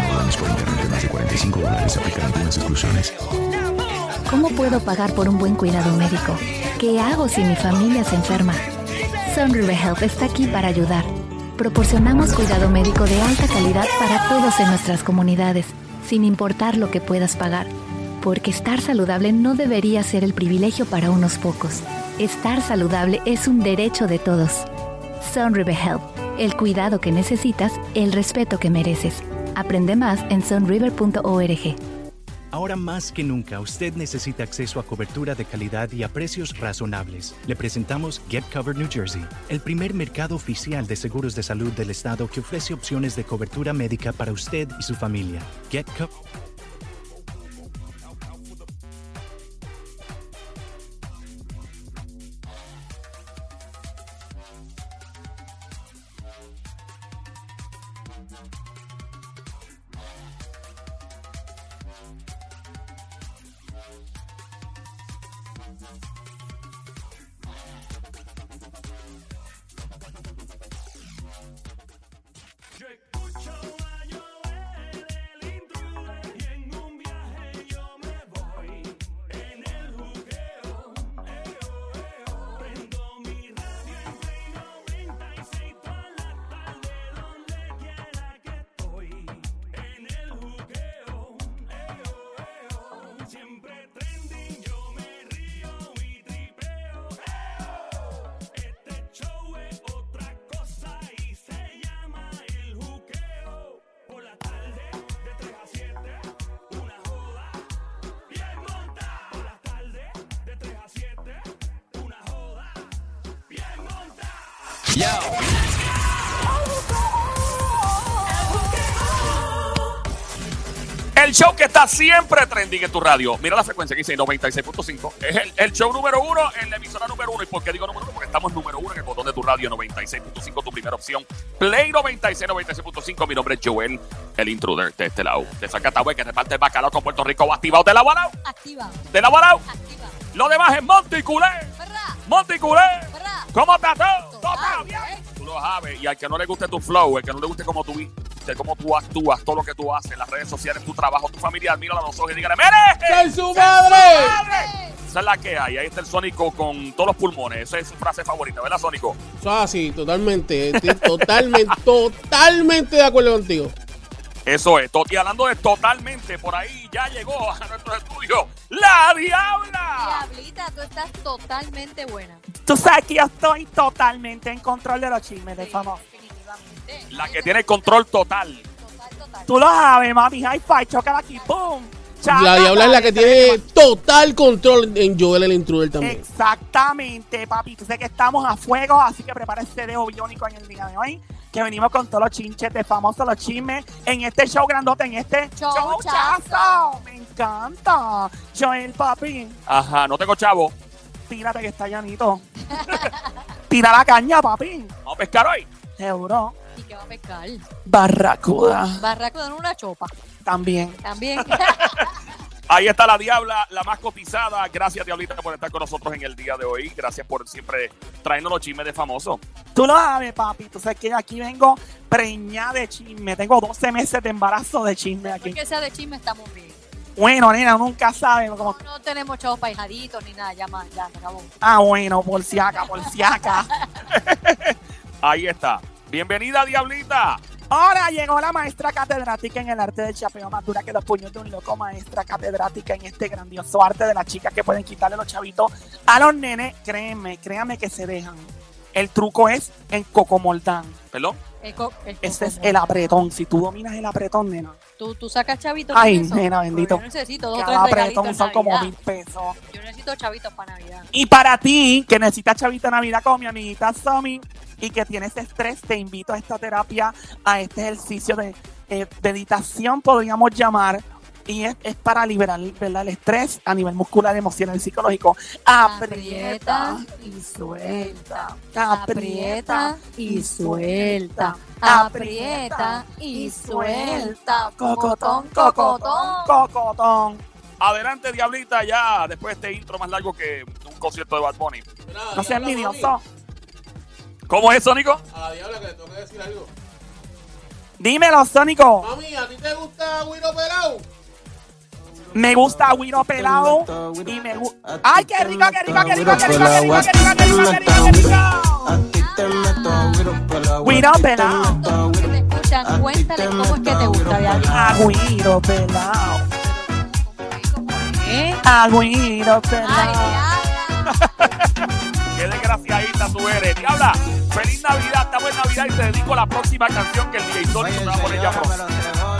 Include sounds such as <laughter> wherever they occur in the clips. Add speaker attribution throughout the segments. Speaker 1: por internet de más de 45 dólares aplican algunas exclusiones.
Speaker 2: ¿Cómo puedo pagar por un buen cuidado médico? ¿Qué hago si mi familia se enferma? Sunriver Health está aquí para ayudar. Proporcionamos cuidado médico de alta calidad para todos en nuestras comunidades, sin importar lo que puedas pagar. Porque estar saludable no debería ser el privilegio para unos pocos. Estar saludable es un derecho de todos. Sunriver Health, el cuidado que necesitas, el respeto que mereces. Aprende más en sunriver.org.
Speaker 3: Ahora más que nunca, usted necesita acceso a cobertura de calidad y a precios razonables. Le presentamos Get Covered New Jersey, el primer mercado oficial de seguros de salud del estado que ofrece opciones de cobertura médica para usted y su familia. Get Covered.
Speaker 4: El show que está siempre trending en tu radio. Mira la frecuencia que dice 96.5. Es el, el show número uno en la emisora número uno. ¿Y por qué digo número uno? Porque estamos número uno en el botón de tu radio 96.5, tu primera opción. Play 96, 96.5. Mi nombre es Joel, el intruder de este lado. De Zacatahue, que reparte el bacalao con Puerto Rico. ¿O activado de la Balao.
Speaker 5: Activa,
Speaker 4: De la Balao.
Speaker 5: activa.
Speaker 4: Lo demás es Monticulé.
Speaker 5: Perra,
Speaker 4: Monticulé.
Speaker 5: perra.
Speaker 4: ¿Cómo estás tú? ¿Todo
Speaker 5: Total,
Speaker 4: está bien?
Speaker 5: ¿eh?
Speaker 4: Tú lo sabes. Y al que no le guste tu flow, al que no le guste cómo tú, viste, cómo tú actúas, todo lo que tú haces, las redes sociales, tu trabajo, tu familia, míralo a los ojos y dígale, ¡Mere!
Speaker 6: ¡En su madre!
Speaker 4: ¡Madre! Esa es la que hay. Ahí está el Sónico con todos los pulmones. Esa es su frase favorita, ¿verdad, Sónico?
Speaker 6: Eso es así, totalmente. Estoy <laughs> totalmente, totalmente de acuerdo contigo.
Speaker 4: Eso es. To- Y hablando de totalmente, por ahí ya llegó a nuestro estudio la Diabla.
Speaker 5: Diablita, tú estás totalmente buena.
Speaker 7: Tú sabes que yo estoy totalmente en control de los chismes de famoso.
Speaker 5: Definitivamente.
Speaker 4: La que tiene el control total.
Speaker 5: Total, total.
Speaker 7: Tú lo sabes, mami. High five, chócala aquí, boom.
Speaker 6: La diabla es la que tiene total control en Joel el intruder también.
Speaker 7: Exactamente, papi. Tú sabes que estamos a fuego, así que prepárense de biónico en el día de hoy. Que venimos con todos los chinches de famosos, los chismes, en este show grandote, en este
Speaker 5: Showchazo.
Speaker 7: showchazo. Me encanta. Joel, papi,
Speaker 4: Ajá, no tengo chavo.
Speaker 7: tírate que está llanito. Tira la caña, papi.
Speaker 4: Vamos a pescar hoy.
Speaker 7: Seguro.
Speaker 5: ¿Y qué va a pescar?
Speaker 7: Barracuda.
Speaker 5: Barraco dan una chopa.
Speaker 7: También.
Speaker 4: <laughs>
Speaker 5: También.
Speaker 4: Ahí está la Diabla, la más cotizada. Gracias, Diablita, por estar con nosotros en el día de hoy. Gracias por siempre traernos los chismes de famosos.
Speaker 7: Tú lo sabes, papi. Tú sabes que yo aquí vengo preñada de chisme. Tengo 12 meses de embarazo de chisme aquí.
Speaker 5: Porque sea de chisme estamos bien.
Speaker 7: Bueno, nena, nunca sabes. Como,
Speaker 5: No, no tenemos chavos paisaditos ni nada. Ya más, ya se acabó.
Speaker 7: ah, bueno, por si acá, por si acá.
Speaker 4: Ahí está. Bienvenida, Diablita.
Speaker 7: Ahora llegó la maestra catedrática en el arte del chapeo, más dura que los puños de un loco. Maestra catedrática en este grandioso arte de las chicas que pueden quitarle los chavitos a los nenes. Créeme, créame que se dejan. El truco es en cocomoldán.
Speaker 4: Perdón.
Speaker 5: El co- el
Speaker 7: Ese es
Speaker 5: coco.
Speaker 7: el apretón. Si tú dominas el apretón, nena,
Speaker 5: Tú, tú sacas chavitos.
Speaker 7: Ay,
Speaker 5: con eso.
Speaker 7: nena, bendito.
Speaker 5: Yo necesito dos o tres
Speaker 7: cada apretón
Speaker 5: regalitos.
Speaker 7: son
Speaker 5: en
Speaker 7: como
Speaker 5: Navidad.
Speaker 7: mil pesos.
Speaker 5: Yo necesito chavitos para Navidad.
Speaker 7: Y para ti, que necesitas chavita Navidad con mi amiguita Somi y que tienes estrés, te invito a esta terapia, a este ejercicio de eh, meditación, podríamos llamar. Y es, es para liberar ¿verdad? el estrés a nivel muscular, emocional y psicológico. Aprieta y suelta. Aprieta y suelta.
Speaker 5: Aprieta y suelta.
Speaker 7: Cocotón, cocotón, cocotón.
Speaker 4: Adelante, Diablita, ya. Después de este intro más largo que un concierto de Bad Bunny.
Speaker 7: No seas envidioso.
Speaker 4: ¿Cómo es, Sónico?
Speaker 6: A la diabla que le tengo que decir algo.
Speaker 7: Dímelo, Sónico.
Speaker 6: Mami, ¿a ti te gusta Guiro Pelao?
Speaker 7: Me gusta agüiro pelado y me gusta. ¡Ay, qué rico, qué rico, qué rico, qué rico, qué rico, qué rico, qué rico, qué rico, qué rico! Guiro pelado.
Speaker 5: Todos los que te escuchan, cuéntale cómo es que te gusta, Beatriz.
Speaker 7: Agüiro pelado.
Speaker 5: ¿Eh?
Speaker 7: Agüiro
Speaker 5: Ay,
Speaker 7: pelado.
Speaker 5: Diana.
Speaker 4: Qué desgraciadita tú eres. Diabla, feliz Navidad, está buena Navidad y te dedico a la próxima canción que el DJ Sónico te va a poner ya pronto.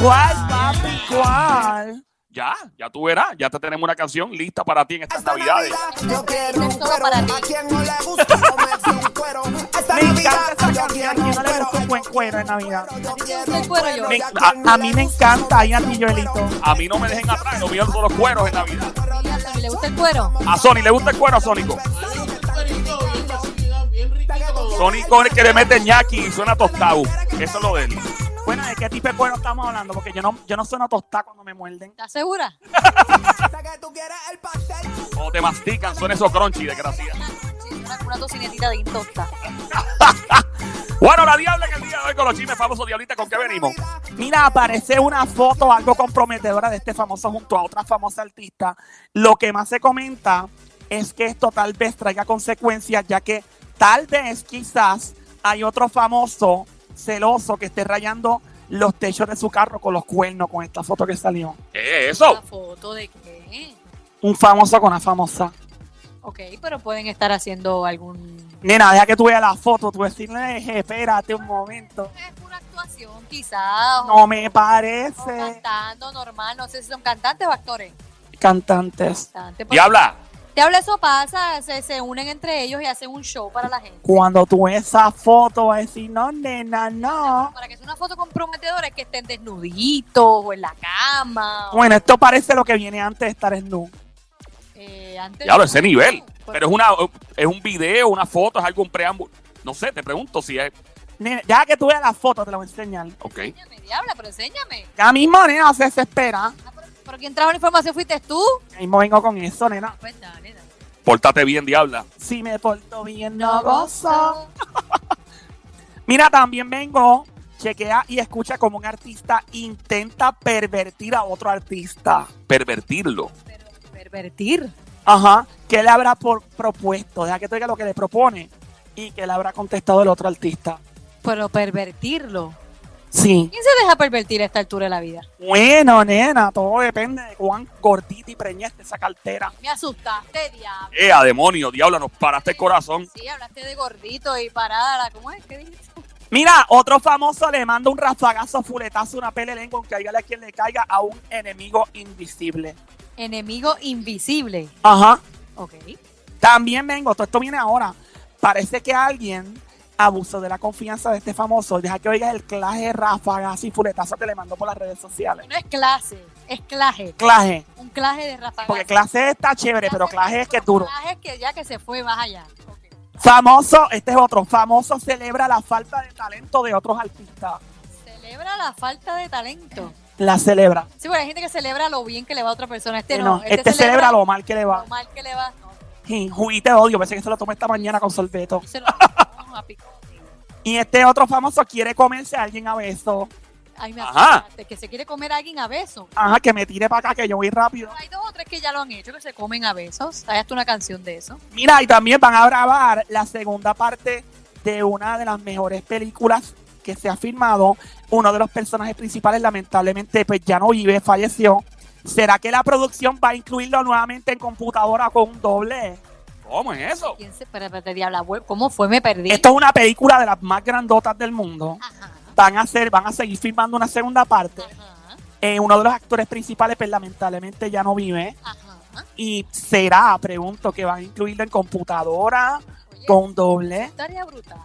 Speaker 7: ¿Cuál, papi? ¿Cuál?
Speaker 4: Ya, ya tú verás, ya te tenemos una canción lista para ti en estas Navidades.
Speaker 8: Yo quiero
Speaker 5: Esto
Speaker 8: un
Speaker 5: es todo para
Speaker 8: cuero.
Speaker 5: ti.
Speaker 8: A quien no le gusta comerse un cuero. Esta
Speaker 7: Me encanta esa
Speaker 8: Navidad.
Speaker 7: canción. ¿A quién no le gusta un buen cuero en Navidad?
Speaker 8: Yo quiero
Speaker 5: El
Speaker 8: un
Speaker 5: cuero yo.
Speaker 8: cuero.
Speaker 7: Me-
Speaker 8: Y a
Speaker 7: a,
Speaker 8: quien no
Speaker 7: a
Speaker 8: le
Speaker 7: mí me
Speaker 8: gusta
Speaker 7: encanta. Ahí a ti,
Speaker 8: comerse un
Speaker 7: Joelito.
Speaker 8: cuero.
Speaker 4: A mí no me dejen atrás, no vieron todos los cueros en Navidad.
Speaker 5: Ay, Diana, ¿Le gusta el cuero?
Speaker 4: A Sony le gusta el cuero a Sónico. Sónico es el que le mete ñaki y suena tostado. Eso es lo de él.
Speaker 7: Bueno, ¿de qué tipo de cuero estamos hablando? Porque yo no, yo no sueno tostada cuando me muerden.
Speaker 5: ¿Estás segura?
Speaker 8: Hasta que tú quieras el pastel.
Speaker 4: O te mastican, suena eso crunchy, desgracia.
Speaker 5: Sí, una, una tocinetita de intosta.
Speaker 4: Bueno, la diabla que el día de hoy con los chismes famosos, diablita, ¿con qué venimos?
Speaker 7: Mira, aparece una foto algo comprometedora de este famoso junto a otra famosa artista. Lo que más se comenta es que esto tal vez traiga consecuencias, ya que tal vez quizás hay otro famoso celoso que esté rayando los techos de su carro con los cuernos con esta foto que salió.
Speaker 4: ¿Qué es
Speaker 5: ¿La
Speaker 4: eso?
Speaker 5: foto de qué?
Speaker 7: Un famoso con una famosa.
Speaker 5: Ok, pero pueden estar haciendo algún...
Speaker 7: Nena, deja que tú veas la foto, tú decirle, "Eh, espérate un momento.
Speaker 5: Es pura actuación, quizás.
Speaker 7: No me
Speaker 5: o
Speaker 7: parece.
Speaker 5: cantando normal, no sé si son cantantes o actores.
Speaker 7: Cantantes.
Speaker 5: Cantante, porque-
Speaker 4: Diabla,
Speaker 5: Te habla eso pasa, se, se unen entre ellos y hacen un show para la gente.
Speaker 7: Cuando tú ves esa foto, vas a decir, no, nena, no.
Speaker 5: Para que sea una foto comprometedora es que estén desnuditos o en la cama. o-
Speaker 7: Bueno, esto parece lo que viene antes de estar en nu.
Speaker 5: eh, antes
Speaker 4: diablo,
Speaker 5: de-
Speaker 4: ese nivel.
Speaker 5: Pues,
Speaker 4: Pero es, una, es un video, una foto, es algún preámbulo. No sé, te pregunto si es.
Speaker 7: Nene, Ya que tú veas la foto, te la voy a enseñar.
Speaker 4: Ok.
Speaker 5: enséñame, diabla, pero enséñame.
Speaker 7: Ya mismo, nena, se desespera.
Speaker 5: Ah, pero, pero quién trajo la información fuiste tú.
Speaker 7: Ya mismo vengo con eso, nena.
Speaker 5: Pues dale, dale.
Speaker 4: Pórtate bien, diabla.
Speaker 7: Si me porto bien, no gozo. Mira, también vengo, chequea y escucha como un artista intenta pervertir a otro artista.
Speaker 4: Pervertirlo.
Speaker 5: Pero pervertir.
Speaker 7: Ajá. ¿Qué le habrá por- propuesto? Deja que te diga lo que le propone y que le habrá contestado el otro artista.
Speaker 5: Pero pervertirlo.
Speaker 7: Sí.
Speaker 5: ¿Quién se deja pervertir a esta altura de la vida?
Speaker 7: Bueno, nena, todo depende de cuán gordita y preñada esté esa cartera.
Speaker 5: Me asustaste, diablo.
Speaker 4: ¡Eh, a demonio, diabla! Nos paraste el corazón.
Speaker 5: Sí, hablaste de gordito y parada. ¿Cómo es? ¿Qué dijiste?
Speaker 7: Mira, otro famoso le manda un rafagazo, fuletazo, una pele lengua, un caigale a quien le caiga a un enemigo invisible.
Speaker 5: Enemigo invisible.
Speaker 7: Ajá.
Speaker 5: Ok.
Speaker 7: También vengo, todo esto viene ahora. Parece que alguien abusó de la confianza de este famoso. Deja que oigas el claje de rafagazo y fuletazo que le mandó por las redes sociales.
Speaker 5: No es clase, es claje.
Speaker 7: Claje,
Speaker 5: Un claje de Rafa.
Speaker 7: porque clase está chévere, pero claje es que es duro.
Speaker 5: Claje es que ya que se fue, vas allá.
Speaker 7: Famoso, este es otro. Famoso celebra la falta de talento de otros artistas.
Speaker 5: Celebra la falta de talento.
Speaker 7: La celebra.
Speaker 5: Sí, porque hay gente que celebra lo bien que le va a otra persona. Este
Speaker 7: No,
Speaker 5: no.
Speaker 7: este, celebra, lo mal que le
Speaker 5: lo
Speaker 7: va.
Speaker 5: mal que le va. No,
Speaker 7: Y Juí, te odio, pensé que se lo tomé esta mañana con sorbeto.
Speaker 5: no
Speaker 7: <laughs>
Speaker 5: se lo no, a picote.
Speaker 7: Y este otro famoso quiere comerse a alguien a beso.
Speaker 5: Ay, me
Speaker 4: Ajá.
Speaker 5: asustaste, que se quiere comer a alguien a besos.
Speaker 7: Ajá, que me tire para acá, que yo voy rápido.
Speaker 5: Hay dos o tres que ya lo han hecho, que se comen a besos. Hay hasta una canción de eso.
Speaker 7: Mira, y también van a grabar la segunda parte de una de las mejores películas que se ha filmado. Uno de los personajes principales, lamentablemente, pues ya no vive, falleció. ¿Será que la producción va a incluirlo nuevamente en computadora con un doble?
Speaker 4: ¿Cómo es eso?
Speaker 5: ¿Quién se pero, pero, diabla? güey, ¿Cómo fue? Me perdí.
Speaker 7: Esto es una película de las más grandotas del mundo.
Speaker 5: Ajá.
Speaker 7: Van a, hacer, van a seguir filmando una segunda parte.
Speaker 5: Ajá.
Speaker 7: Eh, uno de los actores principales, pues lamentablemente ya no vive.
Speaker 5: Ajá.
Speaker 7: Y será, pregunto, que van a incluirlo en computadora
Speaker 5: Oye,
Speaker 7: con doble.
Speaker 5: estaría brutal.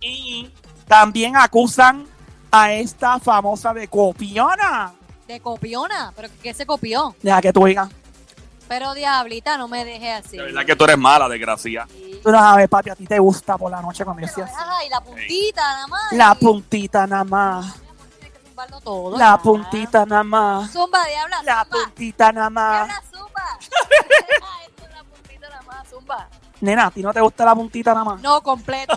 Speaker 7: Y también acusan a esta famosa de copiona.
Speaker 5: De copiona, pero ¿qué se copió?
Speaker 7: Deja que tú digas.
Speaker 5: Pero diablita, no me dejes así.
Speaker 4: De verdad que tú eres mala, desgracia.
Speaker 5: Sí.
Speaker 7: Tú no sabes, papi, a ti te gusta por la noche cuando yo
Speaker 5: Pero,
Speaker 7: estoy así.
Speaker 5: ajá, y la puntita nada más.
Speaker 7: La
Speaker 5: y-
Speaker 7: puntita nada más.
Speaker 5: Tienes que zumbarlo todo,
Speaker 7: La
Speaker 5: ya.
Speaker 7: puntita nada más.
Speaker 5: Zumba, diabla,
Speaker 7: La Ah.
Speaker 5: zumba.
Speaker 7: puntita nada más.
Speaker 5: Diabla, zumba. <laughs> Ah, Esto es la puntita nada más, zumba.
Speaker 7: <laughs> Nena, ¿a ti no te gusta la puntita nada más?
Speaker 5: No, completo.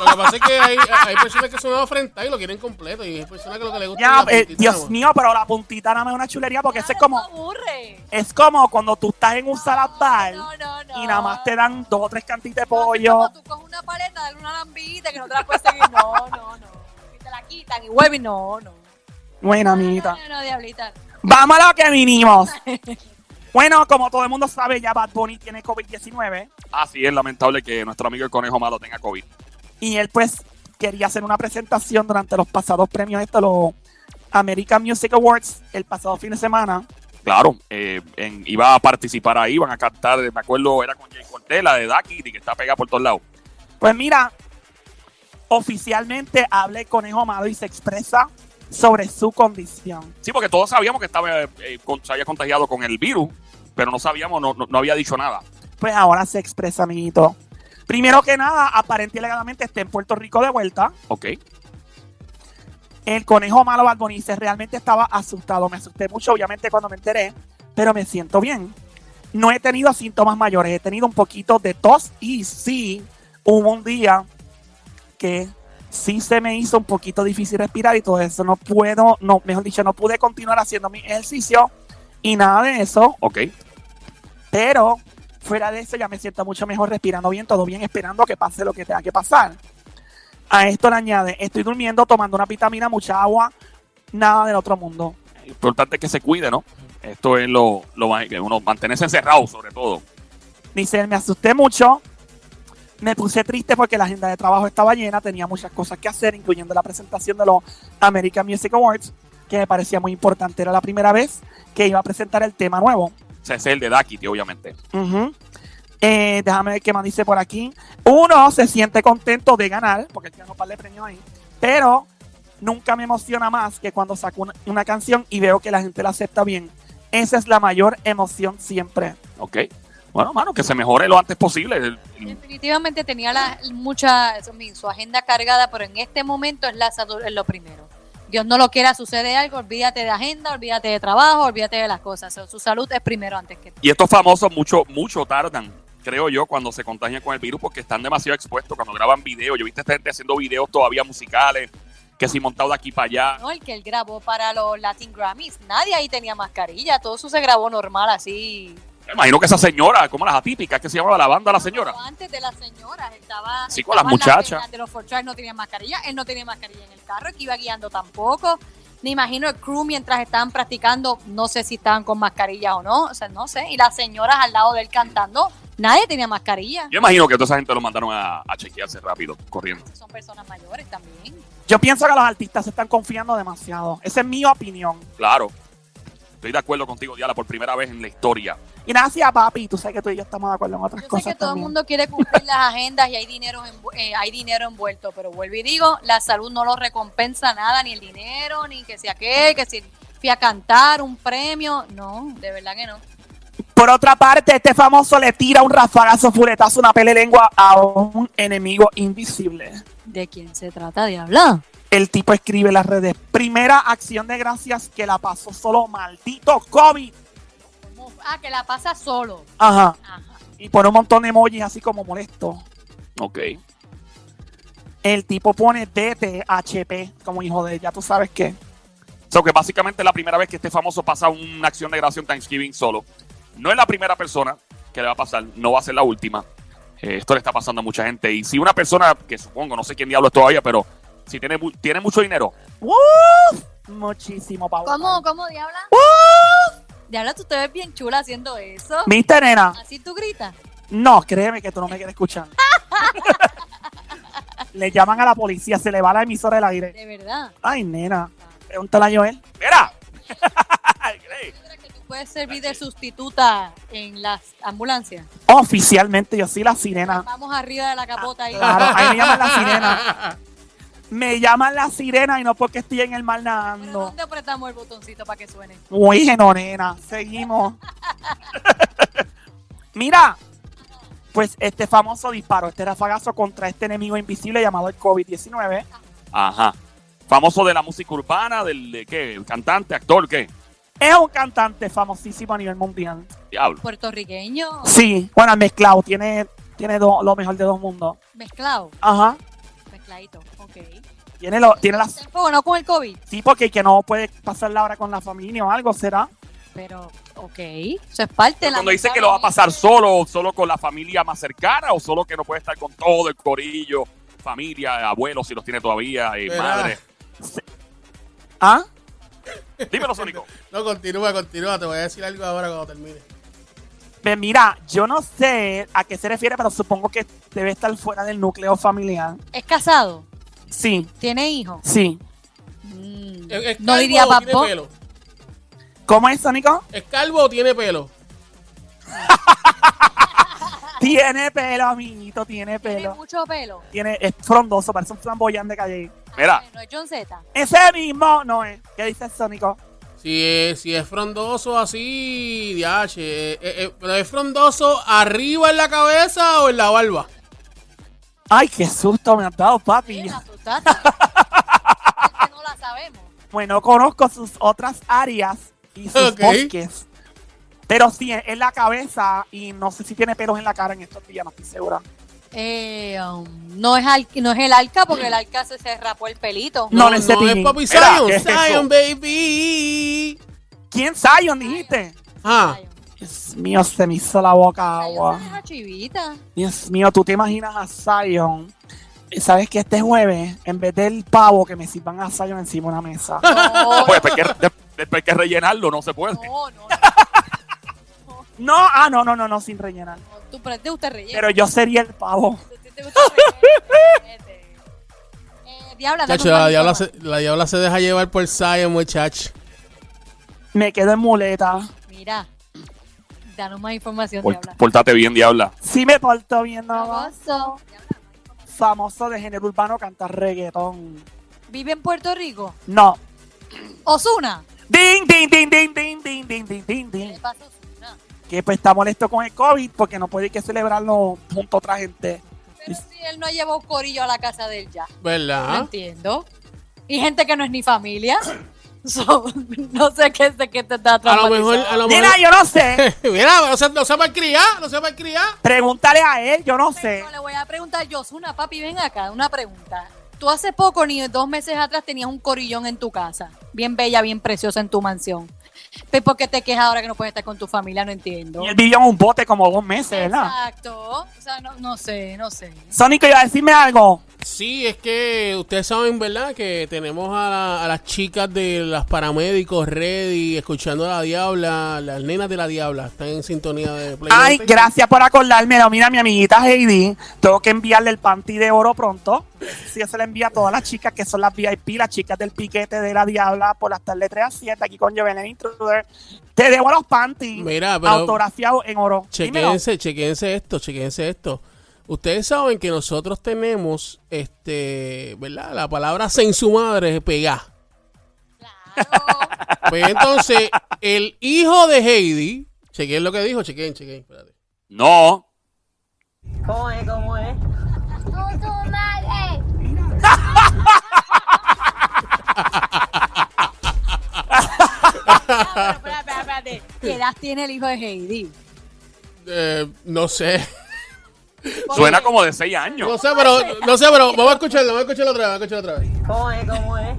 Speaker 6: Lo que pasa es que hay, hay personas que son afrentadas y lo quieren completo. Y hay personas que lo que les gusta
Speaker 7: Ya,
Speaker 6: es la
Speaker 7: eh,
Speaker 6: puntita nada
Speaker 7: Dios
Speaker 6: más.
Speaker 7: mío, pero la puntita nada más es una chulería porque eso es como,
Speaker 5: aburre.
Speaker 7: es como cuando tú estás en un salad bar
Speaker 5: No, no, no.
Speaker 7: y nada más te dan dos o tres cantitas de
Speaker 5: No, es
Speaker 7: pollo.
Speaker 5: como Tú coges una paleta, dale una lambita que no te la puedes seguir. No, no, no. Y te la quitan y vuelven. No, no. No,
Speaker 7: Buena, amiguita.
Speaker 5: No, no, no, diablita.
Speaker 7: Vamos a lo que vinimos. Bueno, como todo el mundo sabe, ya Bad Bunny tiene COVID-19
Speaker 4: Así es lamentable que nuestro amigo el conejo malo tenga COVID.
Speaker 7: y él pues quería hacer una presentación durante los pasados premios, estos los American Music Awards, el pasado fin de semana.
Speaker 4: Claro, eh, en- iba a participar ahí, iban a cantar, eh, me acuerdo, era con Jay Cortez, la de Ducky, que está pegada por todos lados.
Speaker 7: Pues mira, oficialmente habla el conejo malo y se expresa sobre su condición.
Speaker 4: Sí, porque todos sabíamos que estaba, eh, con- se había contagiado con el virus, pero no sabíamos, no, no- no había dicho nada.
Speaker 7: Pues ahora se expresa, amiguito. Primero que nada, aparente y legalmente está en Puerto Rico de vuelta.
Speaker 4: Ok.
Speaker 7: El conejo malo Bad Bunny dice, realmente estaba asustado. Me asusté mucho, obviamente, cuando me enteré, pero me siento bien. No he tenido síntomas mayores, he tenido un poquito de tos y sí, hubo un día que sí se me hizo un poquito difícil respirar y todo eso. No puedo, no, mejor dicho, no pude continuar haciendo mi ejercicio y nada de eso,
Speaker 4: Ok.
Speaker 7: pero fuera de eso ya me siento mucho mejor respirando bien, todo bien, esperando que pase lo que tenga que pasar. A esto le añade, estoy durmiendo, tomando una vitamina, mucha agua, nada del otro mundo.
Speaker 4: Lo importante es que se cuide, ¿no? Esto es lo, lo más, que uno mantenerse encerrado, sobre todo.
Speaker 7: Dice, me asusté mucho, me puse triste porque la agenda de trabajo estaba llena, tenía muchas cosas que hacer, incluyendo la presentación de los American Music Awards, que me parecía muy importante. Era la primera vez que iba a presentar el tema nuevo.
Speaker 4: O sea, ese es el de Ducky, obviamente.
Speaker 7: Ujú. Eh, déjame ver qué más dice por aquí. Uno se siente contento de ganar, porque él ganó un par de premios ahí, pero nunca me emociona más que cuando saco una, una canción y veo que la gente la acepta bien. Esa es la mayor emoción siempre.
Speaker 4: Ok. Bueno, mano, que se mejore lo antes posible. El- el-
Speaker 5: Definitivamente tenía la, mucha, su agenda cargada, pero en este momento es, la, satu- es lo primero. Dios no lo quiera, sucede algo, olvídate de agenda, olvídate de trabajo, olvídate de las cosas. O sea, su salud es primero antes que
Speaker 4: Y estos famosos mucho, mucho tardan, creo yo, cuando se contagian con el virus porque están demasiado expuestos cuando graban videos. Yo viste esta gente haciendo videos todavía musicales, que si montado de aquí para allá.
Speaker 5: ¿no? el que él grabó para los Latin Grammys. Nadie ahí tenía mascarilla, todo eso se grabó normal así.
Speaker 4: Me imagino que esa señora, como las atípicas, que se llamaba la banda La Señora.
Speaker 5: Antes de las señoras, estaba.
Speaker 4: Sí, con las
Speaker 5: estaban
Speaker 4: muchachas.
Speaker 5: las de los Ford Tracks no tenían mascarilla, él no tenía mascarilla en el carro, el que iba guiando tampoco. Me imagino el crew mientras estaban practicando, no sé si estaban con mascarilla o no, o sea, no sé. Y las señoras al lado de él cantando, nadie tenía mascarilla.
Speaker 4: Yo imagino que toda esa gente lo mandaron a, a chequearse rápido, corriendo.
Speaker 5: Son personas mayores también.
Speaker 7: Yo pienso que los artistas se están confiando demasiado. Esa es mi opinión.
Speaker 4: Claro. Estoy de acuerdo contigo, Diala, por primera vez en la historia.
Speaker 7: Gracias, papi. Tú sabes que tú y yo estamos de acuerdo en otras
Speaker 5: Yo sé
Speaker 7: cosas.
Speaker 5: que todo el
Speaker 7: también.
Speaker 5: mundo quiere cumplir las agendas y hay dinero, envu- eh, hay dinero envuelto, pero vuelvo y digo, la salud no lo recompensa nada, ni el dinero, ni que sea aquel, que si fui a cantar un premio, no, de verdad que no.
Speaker 7: Por otra parte, este famoso le tira un rafagazo, fuletazo, una pele lengua a un enemigo invisible.
Speaker 5: ¿De quién se trata de hablar?
Speaker 7: El tipo escribe en las redes. Primera acción de gracias que la pasó solo, maldito COVID.
Speaker 5: Ah, que la pasa solo.
Speaker 7: Ajá.
Speaker 5: Ajá.
Speaker 7: Y pone un montón de emojis así como molesto.
Speaker 4: Ok.
Speaker 7: El tipo pone DTHP como hijo de ya tú sabes qué.
Speaker 4: O sea, que básicamente es la primera vez que este famoso pasa una acción de gracia en Thanksgiving solo. No es la primera persona que le va a pasar, no va a ser la última. Eh, esto le está pasando a mucha gente. Y si una persona, que supongo, no sé quién diablo es todavía, pero si tiene, mu- tiene mucho dinero,
Speaker 7: ¡Uf! Muchísimo, Pablo.
Speaker 5: ¿Cómo, cómo, Diabla? Diabla, tú te ves bien chula haciendo eso.
Speaker 7: ¿Viste, nena?
Speaker 5: Así tú gritas.
Speaker 7: No, créeme que tú no me quieres escuchar. <laughs> le llaman a la policía, se le va la emisora del aire.
Speaker 5: De verdad.
Speaker 7: Ay, nena. Pregúntale a Joel.
Speaker 4: ¡mira!
Speaker 5: que tú puedes servir de sustituta en las ambulancias.
Speaker 7: Oficialmente yo soy la sirena.
Speaker 5: Vamos arriba de la capota ahí.
Speaker 7: Ah. Claro, ahí me llaman la sirena. <laughs> Me llaman la sirena y no porque estoy en el mar
Speaker 5: Pero
Speaker 7: nadando.
Speaker 5: ¿dónde apretamos el botoncito para que suene?
Speaker 7: Muy nena. Seguimos. <laughs> Mira, pues este famoso disparo, este rafagazo contra este enemigo invisible llamado el COVID-19.
Speaker 4: Ajá. Famoso de la música urbana, del de qué, cantante, actor, qué.
Speaker 7: Es un cantante famosísimo a nivel mundial.
Speaker 4: Diablo.
Speaker 5: Puertorriqueño
Speaker 7: Sí, bueno, mezclado, tiene, tiene do- lo mejor de dos mundos.
Speaker 5: mezclado.
Speaker 7: Ajá.
Speaker 5: Mezcladito, ok.
Speaker 7: Tiene, lo, tiene las.
Speaker 5: Se enfogonó con el COVID,
Speaker 7: Sí, porque que no puede pasar la hora con la familia o algo, ¿será?
Speaker 5: pero ok. Eso es parte de la.
Speaker 4: Cuando dice que lo va a pasar solo, solo con la familia más cercana o solo que no puede estar con todo el corillo, familia, abuelos si los tiene todavía, eh,
Speaker 6: Verá.
Speaker 4: madre.
Speaker 7: ¿Ah?
Speaker 4: Dímelo, Sónico.
Speaker 6: No, continúa, continúa. Te voy a decir algo ahora cuando termine.
Speaker 7: Pues mira, yo no sé a qué se refiere, pero supongo que debe estar fuera del núcleo familiar.
Speaker 5: Es casado,
Speaker 7: Sí,
Speaker 5: tiene hijos.
Speaker 7: sí.
Speaker 5: Mm,
Speaker 6: ¿Es- es
Speaker 5: No
Speaker 6: calvo
Speaker 5: diría
Speaker 6: o
Speaker 5: Bad
Speaker 6: tiene
Speaker 5: Bunny.
Speaker 6: pelo?
Speaker 7: ¿Cómo es, Sónico?
Speaker 6: ¿Es calvo o tiene pelo?
Speaker 7: Tiene pelo, amiguito, tiene
Speaker 5: Tiene
Speaker 7: pelo.
Speaker 5: mucho pelo.
Speaker 7: Tiene, es frondoso, parece un flamboyán de calle.
Speaker 4: Mira.
Speaker 5: Ah, No es John Z.
Speaker 7: Ese mismo no es. ¿Qué dice Sónico?
Speaker 6: Si es, si es frondoso así, DH. eh, eh, eh, ¿Pero es frondoso arriba en la cabeza o en la barba?
Speaker 7: Ay, qué susto me has dado, papi.
Speaker 5: Bien, <laughs> asustaste. Es que no la sabemos.
Speaker 7: Bueno, conozco sus otras áreas y sus
Speaker 6: Ok.
Speaker 7: bosques. Pero sí, es en la cabeza y no sé si tiene pelos en la cara en estos días, no estoy segura.
Speaker 5: Eh, um, no, es al- no es el alca porque el alca se, se rapó el pelito.
Speaker 7: No, no es
Speaker 6: no
Speaker 7: cepillín.
Speaker 6: es papi
Speaker 4: Mira,
Speaker 6: Zion.
Speaker 4: ¿qué es eso?
Speaker 6: Zion, baby.
Speaker 7: ¿Quién, Zion, dijiste?
Speaker 6: Ah,
Speaker 5: Ay,
Speaker 7: Dios mío, se me hizo la boca
Speaker 4: ah,
Speaker 5: ay,
Speaker 7: agua.
Speaker 5: esa es
Speaker 4: <laughs>
Speaker 5: la chivita.
Speaker 7: Dios mío, tú te imaginas a Zion. Sabes que este jueves, en vez del pavo, que me sirvan a Zion encima de una mesa.
Speaker 5: No,
Speaker 4: Pues después que, después que rellenarlo, no se <laughs> puede.
Speaker 5: no, no.
Speaker 7: No, ah, no, no, no, no, sin rellenar.
Speaker 5: no, Tú, pero te gusta relleno.
Speaker 7: Pero yo sería el pavo.
Speaker 5: Te- te gusta relleno, relleno. Eh, Diabla, dame
Speaker 6: chacho,
Speaker 5: un
Speaker 6: la
Speaker 5: palito
Speaker 6: diabla,
Speaker 5: más.
Speaker 6: se, la diabla se deja llevar por Zion, muchacho.
Speaker 7: Me quedo en muleta.
Speaker 5: Mira, danos más información,
Speaker 4: Por-
Speaker 5: Diabla.
Speaker 4: Pórtate bien, diabla.
Speaker 7: Sí me porto bien, nada más.
Speaker 5: Famoso.
Speaker 7: Famoso de género urbano canta reggaetón.
Speaker 5: Vive en Puerto Rico.
Speaker 7: No.
Speaker 5: Osuna.
Speaker 7: Ding, ding, ding, ding, ding, ding, ding, ding, ding,
Speaker 5: ¿Qué le
Speaker 7: ding.
Speaker 5: pasa a Ozuna?
Speaker 7: Que pues está molesto con el COVID porque no puede ir que celebrarlo junto a otra gente.
Speaker 5: Pero si él no ha llevado corillo a la casa de él ya. No
Speaker 6: ¿Verdad?
Speaker 5: entiendo. Y gente que no es ni <coughs> familia. So, no sé qué es de qué te está
Speaker 6: A lo
Speaker 5: traumatizado.
Speaker 6: mejor. A lo mejor
Speaker 7: Mira, yo
Speaker 6: <laughs>
Speaker 7: no sé.
Speaker 6: Mira, no se, no se va a criar, no se va a criar.
Speaker 7: Pregúntale a él, yo no sé.
Speaker 5: Pero le voy a preguntar, Yosuna, papi, ven acá, una pregunta. Tú hace poco, ni dos meses atrás, tenías un corillón en tu casa. Bien bella, bien preciosa en tu mansión. Pero ¿Por qué te quejas ahora que no puedes estar con tu familia? No entiendo.
Speaker 7: Y él vivió en un bote como dos meses, ¿verdad?
Speaker 5: Exacto. O sea, no, no sé, no sé.
Speaker 7: Sónico, iba a decirme algo.
Speaker 6: Sí, es que ustedes saben, ¿verdad? Que tenemos a, la- a las chicas de las paramédicos ready, escuchando a la diabla, las nenas de la diabla, están en sintonía de Play.
Speaker 7: Ay,
Speaker 6: 96.
Speaker 7: gracias por acordármelo. Mira, mi amiguita Heidi, tengo que enviarle el panty de oro pronto. Si yo se le envía a todas las chicas que son las VIP, las chicas del piquete de la Diabla, por las tardes 3 a 7, aquí con Joven Intruder. Te debo los panty
Speaker 6: Mira, pero-
Speaker 7: autografiados en oro. Dímelo.
Speaker 6: Chequense, chequense esto, chequense esto. Ustedes saben que nosotros tenemos, este, ¿verdad? La palabra sen su madre es pegar.
Speaker 5: Claro.
Speaker 6: Pues entonces, el hijo de Heidi, chequen lo que dijo, chequen, chequen, espérate.
Speaker 4: No.
Speaker 5: Ah, pero espérate, espérate, espérate. ¿Qué edad tiene el hijo de Heidi?
Speaker 6: Eh, no sé.
Speaker 4: Suena como de seis años.
Speaker 6: No sé, pero, no sé, pero vamos a escucharlo, vamos a escucharlo otra vez, vamos a escucharlo otra vez.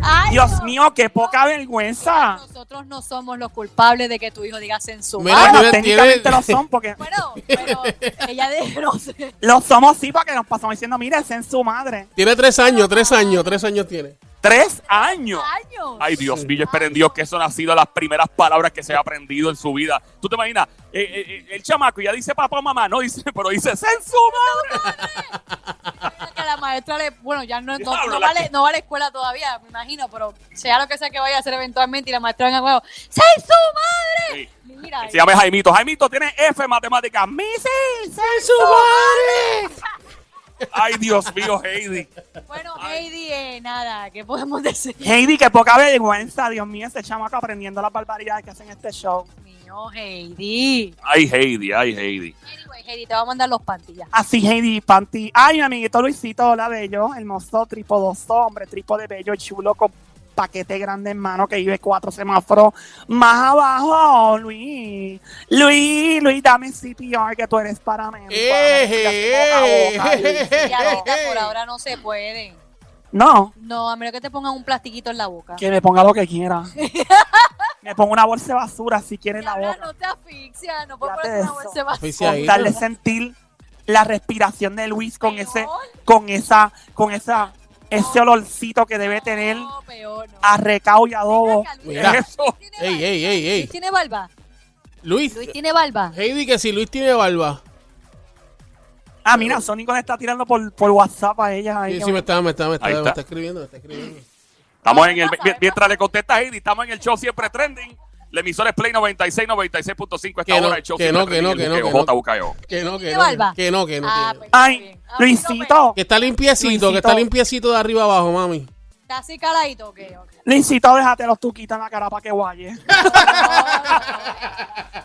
Speaker 5: Ay,
Speaker 7: Dios
Speaker 5: no.
Speaker 7: mío, qué poca vergüenza.
Speaker 5: Nosotros no somos los culpables de que tu hijo diga censura.
Speaker 6: Mira,
Speaker 7: Ah, no,
Speaker 6: tiene-
Speaker 7: técnicamente
Speaker 6: tiene-
Speaker 7: lo son, porque
Speaker 5: Bueno, pero ella de <laughs> no sé.
Speaker 7: lo somos sí, porque nos pasamos diciendo, mira, ese es su madre.
Speaker 6: Tiene tres años, tres años, tres años tiene.
Speaker 7: Tres años.
Speaker 5: años.
Speaker 4: Ay, Dios mío, yo espero en Dios que eso no han sido las primeras palabras que se ha aprendido en su vida. ¿Tú te imaginas? Eh, eh, eh, el chamaco ya dice papá o mamá, no dice, <laughs> pero dice sensu, madre.
Speaker 5: que la maestra le, bueno, ya no, no,
Speaker 4: Diablo,
Speaker 5: no
Speaker 4: la
Speaker 5: vale,
Speaker 4: que-
Speaker 5: no va a la escuela todavía, me imagino, pero sea lo que sea que vaya a hacer eventualmente y la maestra venga huevo, ¡Sei su madre!
Speaker 4: Sí.
Speaker 5: Mira,
Speaker 4: Se llama Jaimito. Jaimito tiene F en matemáticas. ¡Missy!
Speaker 6: ¡Sensu madre!
Speaker 4: Ay, Dios mío, Heidi.
Speaker 5: bueno, Heidi, eh, nada, ¿qué podemos decir? <laughs>
Speaker 7: Heidi, qué poca vergüenza. Dios mío, ese chamaco aprendiendo las barbaridades que hacen en este show.
Speaker 5: Mío, Heidi.
Speaker 4: Ay, Heidi, ay, Heidi.
Speaker 5: Anyway, Heidi, te voy a mandar
Speaker 4: <laughs>
Speaker 5: los pantillas.
Speaker 7: Así, Heidi Panty. Ay, mi amiguito Luisito, hola bello, hermoso, tripodoso, hombre, tripo de bello, chulo, con paquete grande en mano que vive cuatro semáforos más abajo, Oh, Luis. Luis, Luis, dame CPR que tú eres para mí.
Speaker 6: Eje, eje,
Speaker 5: Ya, loca,
Speaker 6: eje.
Speaker 5: por ahora no se puede.
Speaker 7: No,
Speaker 5: No, a menos que te pongan un plastiquito en la boca.
Speaker 7: que me ponga lo que quiera. me pongo una bolsa de basura si quieres la
Speaker 5: Diabla,
Speaker 7: boca.
Speaker 5: no te asfixia, no puedes
Speaker 7: Ya
Speaker 5: poner
Speaker 7: te
Speaker 5: una
Speaker 7: eso.
Speaker 5: bolsa de basura.
Speaker 6: Oficiadito.
Speaker 7: con tal de sentir la respiración de Luis con
Speaker 5: Peor.
Speaker 7: ese, con esa, con esa, ese olorcito que debe tener Ah,
Speaker 5: No, peor, no.
Speaker 7: a recao y adobo.
Speaker 5: Mira, Luis,
Speaker 6: Mira.
Speaker 5: Luis
Speaker 7: oh,
Speaker 5: tiene
Speaker 6: Ey,
Speaker 5: barba.
Speaker 6: ey, ey,
Speaker 5: Luis
Speaker 6: ey.
Speaker 5: tiene barba.
Speaker 6: Luis,
Speaker 5: Luis tiene barba.
Speaker 6: Heidi, que si Luis tiene barba.
Speaker 7: Ah, mira, Sonic le está tirando por, por WhatsApp a ella. ahí,
Speaker 6: Sí,
Speaker 7: que
Speaker 6: sí, me está, me está, me está,
Speaker 4: Ahí
Speaker 6: me
Speaker 4: está.
Speaker 6: está escribiendo, me está escribiendo.
Speaker 4: Estamos en el. Mientras le contesta Heidi, estamos en el show siempre trending. La emisora es Play 96, 96.5. Esta
Speaker 6: Que no,
Speaker 4: hora el show
Speaker 6: que
Speaker 4: siempre
Speaker 6: no, que no,
Speaker 4: trending, el
Speaker 6: que no,
Speaker 4: buqueo,
Speaker 6: que no.
Speaker 4: JUKEO.
Speaker 6: Que no, que
Speaker 5: ¿Tiene
Speaker 6: no.
Speaker 5: barba?
Speaker 6: Que no, que no.
Speaker 5: Ah,
Speaker 6: tiene.
Speaker 5: pues, está
Speaker 7: Ay,
Speaker 5: bien. Ah,
Speaker 7: Luisito,
Speaker 6: Que está limpiecito, que está
Speaker 7: Luisito.
Speaker 6: limpiecito de arriba abajo, mami.
Speaker 5: Está así caladito, ok, ok.
Speaker 7: Luisito, déjate los tuquitos en la cara para
Speaker 6: <laughs>
Speaker 7: que guaye.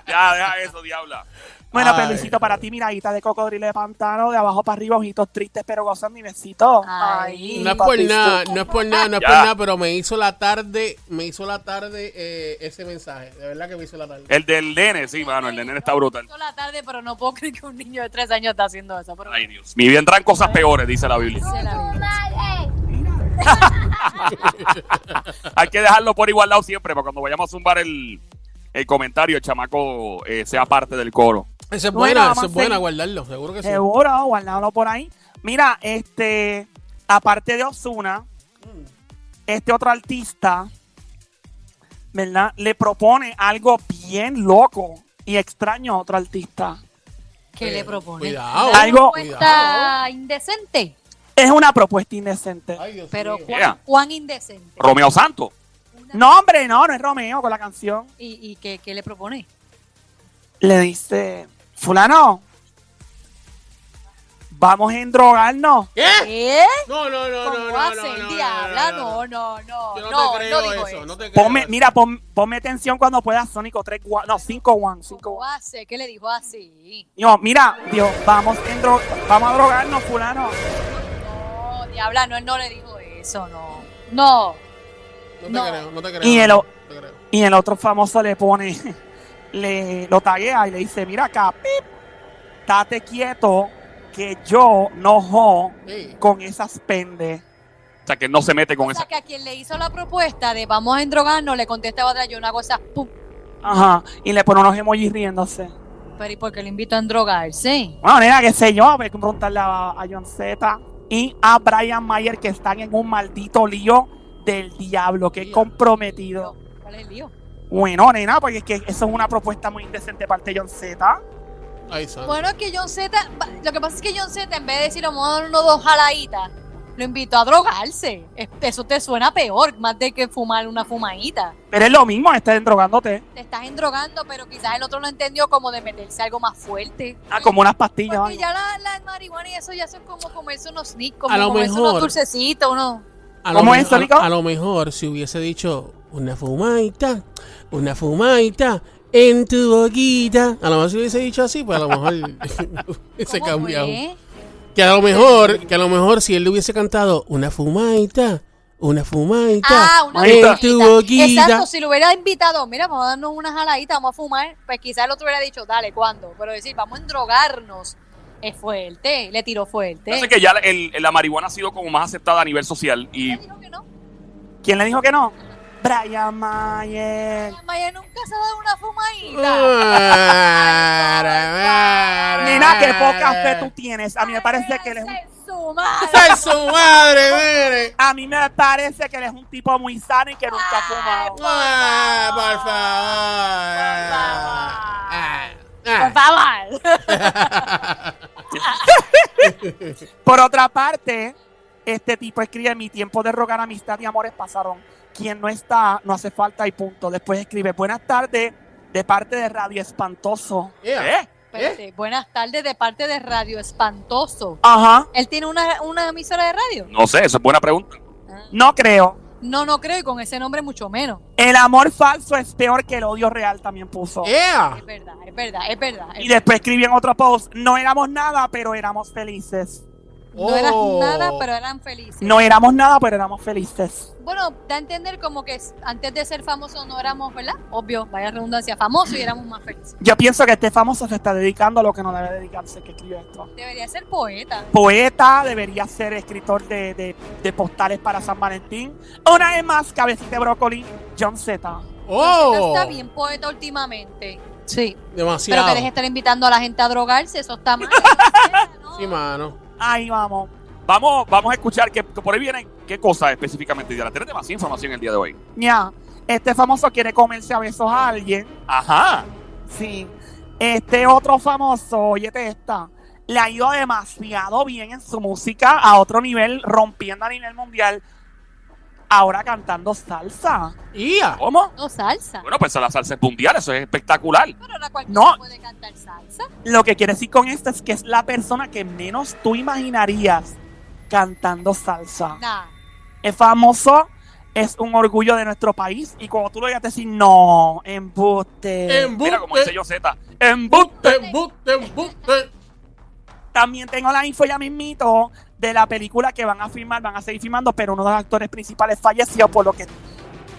Speaker 4: Ya, deja eso, diabla.
Speaker 7: Bueno,
Speaker 6: Ay.
Speaker 7: pero Luisito, para ti, miradita de cocodrilo de pantano, de abajo para arriba, ojitos tristes, pero gozan mi besito.
Speaker 5: Ay.
Speaker 6: No es por
Speaker 7: papito.
Speaker 6: nada, no es por nada, no es
Speaker 4: Ya.
Speaker 6: por nada, pero me hizo la tarde, me hizo la tarde eh, ese mensaje. De verdad que me hizo la tarde.
Speaker 4: El del nene, sí, mano, el del nene está brutal.
Speaker 5: Toda la tarde, pero no puedo creer que un niño de tres años está haciendo eso. Pero
Speaker 4: Ay, Dios. Ni vendrán cosas peores, dice la Biblia.
Speaker 5: dice la Biblia.
Speaker 4: Hay que dejarlo por igual lado siempre, para cuando vayamos a zumbar el, el comentario, el chamaco eh, sea parte del coro.
Speaker 6: Esa es
Speaker 7: Bueno,
Speaker 6: buena,
Speaker 7: vamos
Speaker 6: esa
Speaker 7: a
Speaker 6: es buena,
Speaker 7: seguir.
Speaker 6: guardarlo, seguro que sí.
Speaker 7: Seguro, guardándolo por ahí. Mira, este, aparte de Osuna, este otro artista, ¿verdad? Le propone algo bien loco y extraño a otro artista.
Speaker 5: ¿Qué le propone?
Speaker 6: Cuidado.
Speaker 5: Una
Speaker 7: Algo-
Speaker 5: propuesta indecente.
Speaker 7: Es una propuesta indecente.
Speaker 6: Ay, Dios
Speaker 5: Pero
Speaker 6: mío.
Speaker 5: ¿cuán,
Speaker 4: Yeah.
Speaker 5: cuán indecente?
Speaker 4: Romeo Santos.
Speaker 7: No, hombre, no, no es Romeo con la canción.
Speaker 5: ¿Y, y qué, qué le propone?
Speaker 7: Le dice, fulano, vamos a endrogarnos.
Speaker 6: ¿Qué?
Speaker 5: ¿Qué?
Speaker 6: No, no, no,
Speaker 5: ¿Cómo
Speaker 6: no, no,
Speaker 5: va
Speaker 6: no,
Speaker 5: a ser,
Speaker 6: no,
Speaker 5: diabla? No, no, no. No,
Speaker 6: Yo no,
Speaker 5: no,
Speaker 6: te creo
Speaker 5: digo
Speaker 6: eso,
Speaker 5: eso.
Speaker 6: no te creo.
Speaker 7: Ponme,
Speaker 6: eso.
Speaker 7: mira, pon- ponme tensión cuando puedas, Sónico, tres, gua- no, cinco one, cinco
Speaker 5: ¿Cómo
Speaker 7: one.
Speaker 5: hace? ¿Qué le dijo Ah, así?
Speaker 7: No, mira, Dios, vamos, en dro- vamos a drogarnos, fulano.
Speaker 5: No, diabla, no, él no le dijo eso, no. No.
Speaker 6: no te
Speaker 5: no.
Speaker 6: creo, no te creo.
Speaker 7: Y el
Speaker 6: no
Speaker 7: o-
Speaker 6: te creo.
Speaker 7: Y el otro famoso le pone, <laughs> le, lo taguea y le dice, mira acá, pip, estate quieto que yo no jo
Speaker 6: Sí.
Speaker 7: con esas pendes.
Speaker 4: O sea, que no se mete con
Speaker 5: O sea,
Speaker 4: esa.
Speaker 5: que a quien le hizo la propuesta de vamos a endrogarnos, le contestaba atrás, yo no hago esas pum.
Speaker 7: Ajá, y le pone unos emojis riéndose.
Speaker 5: Pero ¿y por qué le invito a endrogarse?
Speaker 7: Bueno, nena, qué sé yo, voy a preguntarle a, a John Z y a Brian Mayer que están en un maldito lío del diablo, que es
Speaker 6: Lío.
Speaker 7: comprometido.
Speaker 5: ¿Cuál es el lío?
Speaker 7: Bueno, nena, porque es que eso es una propuesta muy indecente de parte de John Z.
Speaker 6: Ay, santo.
Speaker 5: Bueno, es que John Z, lo que pasa es que John Z, en vez de decirle vamos a dar unos dos jaladitas, lo invitó a drogarse. Es- Eso te suena peor, más de que fumar una fumadita.
Speaker 7: Pero es lo mismo, estén drogándote.
Speaker 5: Te estás endrogando, pero quizás el otro lo entendió como de meterse algo más fuerte.
Speaker 7: Ah, como unas pastillas.
Speaker 5: Porque
Speaker 7: ¿no?
Speaker 5: ya la, la marihuana y eso ya son como comerse unos sneaks, como
Speaker 6: A lo
Speaker 5: comerse
Speaker 6: mejor.
Speaker 5: unos dulcecitos, unos...
Speaker 6: A lo
Speaker 7: ¿Cómo
Speaker 6: me-
Speaker 7: es,
Speaker 6: a,
Speaker 7: Sónico?
Speaker 6: a lo mejor si hubiese dicho una fumadita, una fumadita en tu boquita. A lo mejor si hubiese dicho así, pues a lo mejor <laughs> se
Speaker 5: ¿Cómo
Speaker 6: cambiado.
Speaker 5: fue?
Speaker 6: Que a lo mejor, que a lo mejor si él le hubiese cantado una fumadita, una fumadita
Speaker 5: Ah, una
Speaker 6: en
Speaker 5: fumadita.
Speaker 6: tu boquita.
Speaker 5: Exacto, si lo hubiera invitado, mira, vamos a darnos una jaladita, vamos a fumar, pues quizás el otro hubiera dicho, dale, ¿cuándo? Pero decir, vamos a endrogarnos, es fuerte, le tiró fuerte.
Speaker 4: Parece que ya el- la marihuana ha sido como más aceptada a nivel social y
Speaker 5: Él dijo que no.
Speaker 7: ¿Quién le dijo que no? Brian Mayer.
Speaker 5: Maya nunca se ha dado una
Speaker 7: Ah,
Speaker 5: fumadita.
Speaker 6: Nena,
Speaker 7: Nena,
Speaker 6: Eh.
Speaker 7: qué poca fe tú tienes. A mí me parece que él es un,
Speaker 5: Se suma.
Speaker 7: <laughs>
Speaker 6: ¡Ay, su madre, mire!
Speaker 7: a mí me parece que él es un tipo muy sano y que nunca ha fumado.
Speaker 6: ¡Ah, por
Speaker 5: Por
Speaker 6: favor! Ah,
Speaker 5: favor.
Speaker 6: ah.
Speaker 7: Por otra parte, este tipo escribe mi tiempo de rogar amistad y amores pasaron. Quien no está, no hace falta y punto. Después escribe buenas tardes de parte de Radio Espantoso.
Speaker 6: Yeah.
Speaker 4: ¿Eh?
Speaker 5: Espérate, Buenas tardes de parte de Radio Espantoso.
Speaker 7: Ajá,
Speaker 5: ¿Él tiene una, una emisora de radio?
Speaker 4: No sé, esa es buena pregunta.
Speaker 5: Ah.
Speaker 7: no creo.
Speaker 5: No, no creo, y con ese nombre mucho menos.
Speaker 7: El amor falso es peor que el odio real, también puso.
Speaker 6: Yeah.
Speaker 5: Es verdad, es verdad, es verdad.
Speaker 7: Y después escribí en otro post, no éramos nada, pero éramos felices.
Speaker 5: No eras
Speaker 6: Oh.
Speaker 5: nada, pero eran felices.
Speaker 7: No éramos nada, pero éramos felices.
Speaker 5: Bueno, da a entender como que s- antes de ser famoso no éramos, ¿verdad? Obvio, vaya redundancia, famoso y éramos más felices.
Speaker 7: Yo pienso que este famoso se está dedicando a lo que no debe dedicarse, que escribió esto.
Speaker 5: Debería ser poeta.
Speaker 7: Poeta, debería ser escritor de, de- de postales para San Valentín. Una vez más, cabecita de brócoli, John Z.
Speaker 5: Pero
Speaker 6: ¡Oh!
Speaker 5: Está bien poeta últimamente. Sí. Pero que dejes de
Speaker 6: Demasiado.
Speaker 5: estar invitando a la gente a drogarse, eso está mal. eso no
Speaker 6: Sí,
Speaker 5: es, ¿no?
Speaker 6: mano.
Speaker 7: Ahí vamos.
Speaker 4: Vamos, vamos a escuchar que, que por ahí vienen qué cosas específicamente, Diana. Tenés demasiada información el día de hoy.
Speaker 7: Ya. Este famoso quiere comerse a besos a alguien.
Speaker 4: Ajá.
Speaker 7: Sí. Este otro famoso, óyete esta, le ha ido demasiado bien en su música a otro nivel, rompiendo a nivel mundial. Ahora cantando salsa.
Speaker 6: ¡Ia!
Speaker 4: ¿Cómo?
Speaker 5: No, salsa.
Speaker 4: Bueno, pues la salsa es mundial, eso es espectacular.
Speaker 5: Pero ahora cualquiera
Speaker 7: No.
Speaker 5: puede cantar salsa.
Speaker 7: Lo que quiere decir con esto es que es la persona que menos tú imaginarías cantando salsa.
Speaker 5: Nah.
Speaker 7: Es famoso, es un orgullo de nuestro país. Y cuando tú lo digas, te decís, no, embuste.
Speaker 4: Eh, Mira, como dice
Speaker 6: Embuste,
Speaker 4: yo Z.
Speaker 6: embuste, embuste, embuste.
Speaker 7: También tengo la info ya mismito de la película que van a filmar, van a seguir filmando, pero uno de los actores principales falleció, por lo que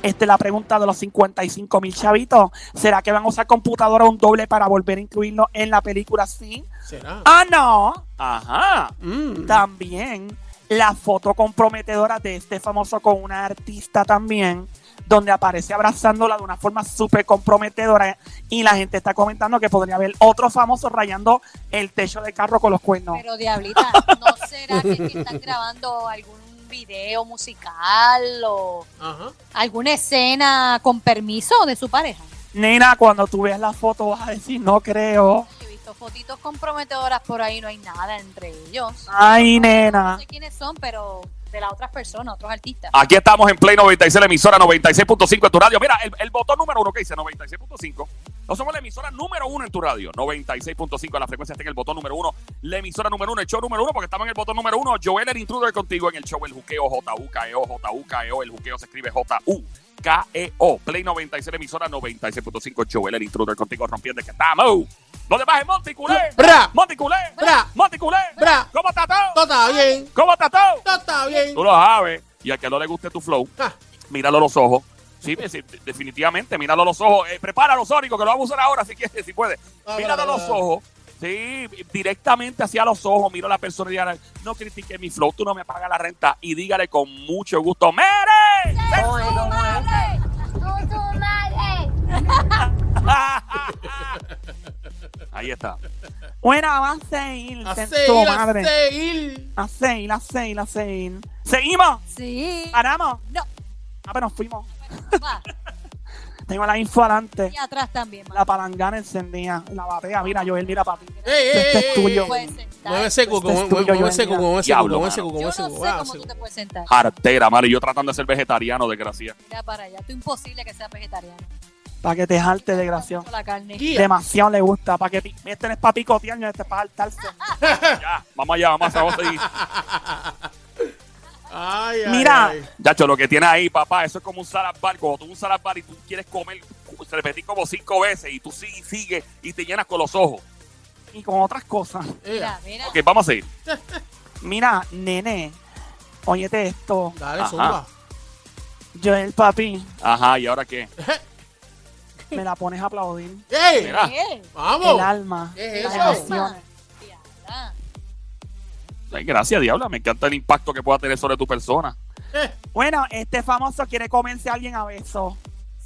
Speaker 7: este, la pregunta de los 55 mil chavitos, ¿será que van a usar computadora un doble para volver a incluirlo en la película? Sí.
Speaker 6: ¿Será?
Speaker 7: Ah, no.
Speaker 4: Ajá.
Speaker 6: Mm.
Speaker 7: También la foto comprometedora de este famoso con una artista también, donde aparece abrazándola de una forma súper comprometedora y la gente está comentando que podría haber otro famoso rayando el techo del carro con los cuernos.
Speaker 5: Pero diablita, ¿no será que, que están grabando algún video musical o
Speaker 6: Ajá.
Speaker 5: alguna escena con permiso de su pareja?
Speaker 7: Nena, cuando tú veas la foto vas a decir, no creo.
Speaker 5: He visto fotitos comprometedoras por ahí, no hay nada entre ellos.
Speaker 7: Ay,
Speaker 5: No
Speaker 7: nena.
Speaker 5: sé quiénes son, pero de las otras personas, otros artistas.
Speaker 4: Aquí estamos en Play 96, la emisora 96.5 en tu radio. Mira, el, el botón número uno que dice 96.5. No somos la emisora número uno en tu radio. 96.5 la frecuencia está en el botón número uno. La emisora número uno, el show número uno, porque estamos en el botón número uno. Joel, el intruder contigo en el show El Juqueo, J-U-K-E-O, J-U-K-E-O. E El Juqueo se escribe J-U-K-E-O. E Play 96, la emisora 96.5. Joel, el intruder contigo rompiendo que estamos. ¿Dónde vas? En Monticulé.
Speaker 6: Bra.
Speaker 4: Monticulé.
Speaker 6: Bra.
Speaker 4: Monticulé.
Speaker 6: Bra.
Speaker 4: ¿Cómo está todo?
Speaker 6: Todo está bien.
Speaker 4: ¿Cómo está todo?
Speaker 6: Todo está bien.
Speaker 4: Tú lo sabes. Y al que no le guste tu flow,
Speaker 6: Ja.
Speaker 4: míralo a los ojos. Sí, sí, definitivamente, míralo a los ojos. Eh, prepáralo, Sónico, que lo vamos a usar ahora si quieres, si puedes.
Speaker 6: Ah,
Speaker 4: Míralo a
Speaker 6: bravo,
Speaker 4: los
Speaker 6: bravo.
Speaker 4: ojos. Sí, directamente hacia los ojos. Mira a la persona y dígale, no critique mi flow, tú no me pagas la renta. Y dígale con mucho gusto, ¡Mere! Ahí está.
Speaker 7: Bueno, va a seguir.
Speaker 6: Ah, A
Speaker 7: sentó,
Speaker 6: seguir, a
Speaker 7: madre.
Speaker 6: seguir.
Speaker 7: A seguir, a seguir, a seguir. ¿Seguimos?
Speaker 5: Sí.
Speaker 7: ¿Paramos?
Speaker 5: No,
Speaker 7: Ah, pero nos fuimos.
Speaker 5: va.
Speaker 7: Tengo la info adelante.
Speaker 5: Y atrás también.
Speaker 7: La palangana encendida. La batea. Mira, Joel, mira para ti.
Speaker 6: Ey, ey,
Speaker 7: Este es
Speaker 6: ey,
Speaker 7: tuyo.
Speaker 6: ey.
Speaker 5: Puedes sentar.
Speaker 6: Mueve ese cuco,
Speaker 7: Este es tuyo,
Speaker 6: mueve mueve ese
Speaker 7: Joel,
Speaker 6: cuco, mueve ese cuco,
Speaker 4: Diablo,
Speaker 6: mueve ese
Speaker 4: mano.
Speaker 6: cuco,
Speaker 5: Yo
Speaker 6: mueve
Speaker 5: no
Speaker 6: ese
Speaker 5: sé
Speaker 6: cuco. Ah,
Speaker 5: cómo
Speaker 6: ese
Speaker 5: tú te
Speaker 6: cuco.
Speaker 5: puedes sentar.
Speaker 4: Jartera, mano. y Yo tratando de ser vegetariano, desgracia.
Speaker 5: Mira para allá. Tú imposible que seas vegetariano.
Speaker 7: Para que te jalte,
Speaker 5: Me gusta
Speaker 7: desgraciado.
Speaker 5: mucho La carne.
Speaker 6: Guía.
Speaker 7: Demasiado le gusta. Para que pi- este no es para picotear, no, este es para saltarse.
Speaker 4: Ya, vamos allá, vamos a otra y-
Speaker 6: <laughs> Ay, ay,
Speaker 7: Mira.
Speaker 6: ay.
Speaker 4: Yacho, lo que tiene ahí, papá, eso es como un salad bar. Cuando tú un salad bar y tú quieres comer, se repetir como cinco veces y tú sigues y sigues y te llenas con los ojos.
Speaker 7: Y con otras cosas.
Speaker 5: Mira,
Speaker 6: Ea,
Speaker 5: mira.
Speaker 4: Ok, vamos a seguir.
Speaker 7: Mira, nene. Óyete esto.
Speaker 6: Dale,
Speaker 4: Ajá.
Speaker 6: zumba.
Speaker 7: Joel, papi.
Speaker 4: Ajá, ¿y ahora qué?
Speaker 7: Me la pones a aplaudir.
Speaker 6: ¡Ey!
Speaker 4: Mira.
Speaker 5: ¿Qué?
Speaker 7: El
Speaker 6: ¡Vamos!
Speaker 7: alma.
Speaker 6: ¿Qué es
Speaker 7: las
Speaker 6: eso?
Speaker 7: emociones.
Speaker 5: Ah,
Speaker 4: Ay, gracias, diabla. Me encanta el impacto que pueda tener sobre tu persona.
Speaker 6: Eh,
Speaker 7: Bueno, este famoso quiere comerse a alguien a besos.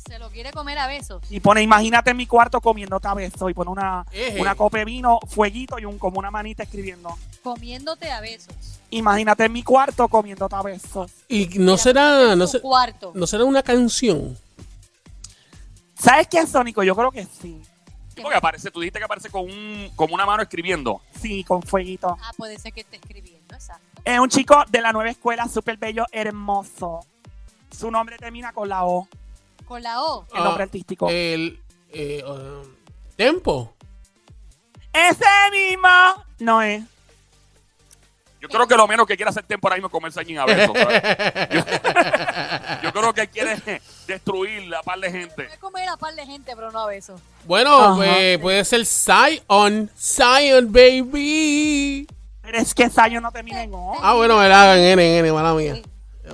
Speaker 5: Se lo quiere comer a besos.
Speaker 7: Y pone, imagínate en mi cuarto comiéndote a besos. Y pone una,
Speaker 6: Eje.
Speaker 7: una copa de vino, fueguito y un, como una manita escribiendo.
Speaker 5: Comiéndote a besos.
Speaker 7: Imagínate en mi cuarto comiéndote a besos.
Speaker 6: Y no será, no,
Speaker 5: Tu
Speaker 6: se-
Speaker 5: cuarto.
Speaker 6: no será una canción.
Speaker 7: ¿Sabes qué, Sónico? Yo creo que sí.
Speaker 4: Sí, Porque aparece, tú dijiste que aparece con, un, con una mano escribiendo.
Speaker 7: Sí, con fueguito.
Speaker 5: Ah, puede ser que esté escribiendo, exacto.
Speaker 7: Es un chico de la nueva escuela, súper bello, hermoso. Su nombre termina con la O,
Speaker 5: Con la O.
Speaker 7: el
Speaker 6: Ah,
Speaker 7: nombre artístico.
Speaker 6: El eh, um,
Speaker 4: <laughs>
Speaker 6: tempo.
Speaker 7: ¡Ese mismo! No es.
Speaker 4: Yo creo que lo menos que quiere hacer tempo ahora mismo es comerse a alguien a besos.
Speaker 6: <laughs>
Speaker 4: ¿sabes? Yo creo que quiere <laughs> destruir la par de gente.
Speaker 5: Voy a comer a par de gente, pero no a besos.
Speaker 6: Bueno, pues,
Speaker 7: Ajá.
Speaker 6: eh, puede ser Zion. Zion, baby.
Speaker 7: Pero es que Zion no termina en O.
Speaker 6: Ah, bueno, era en N, en N, mala mía.
Speaker 5: Sí.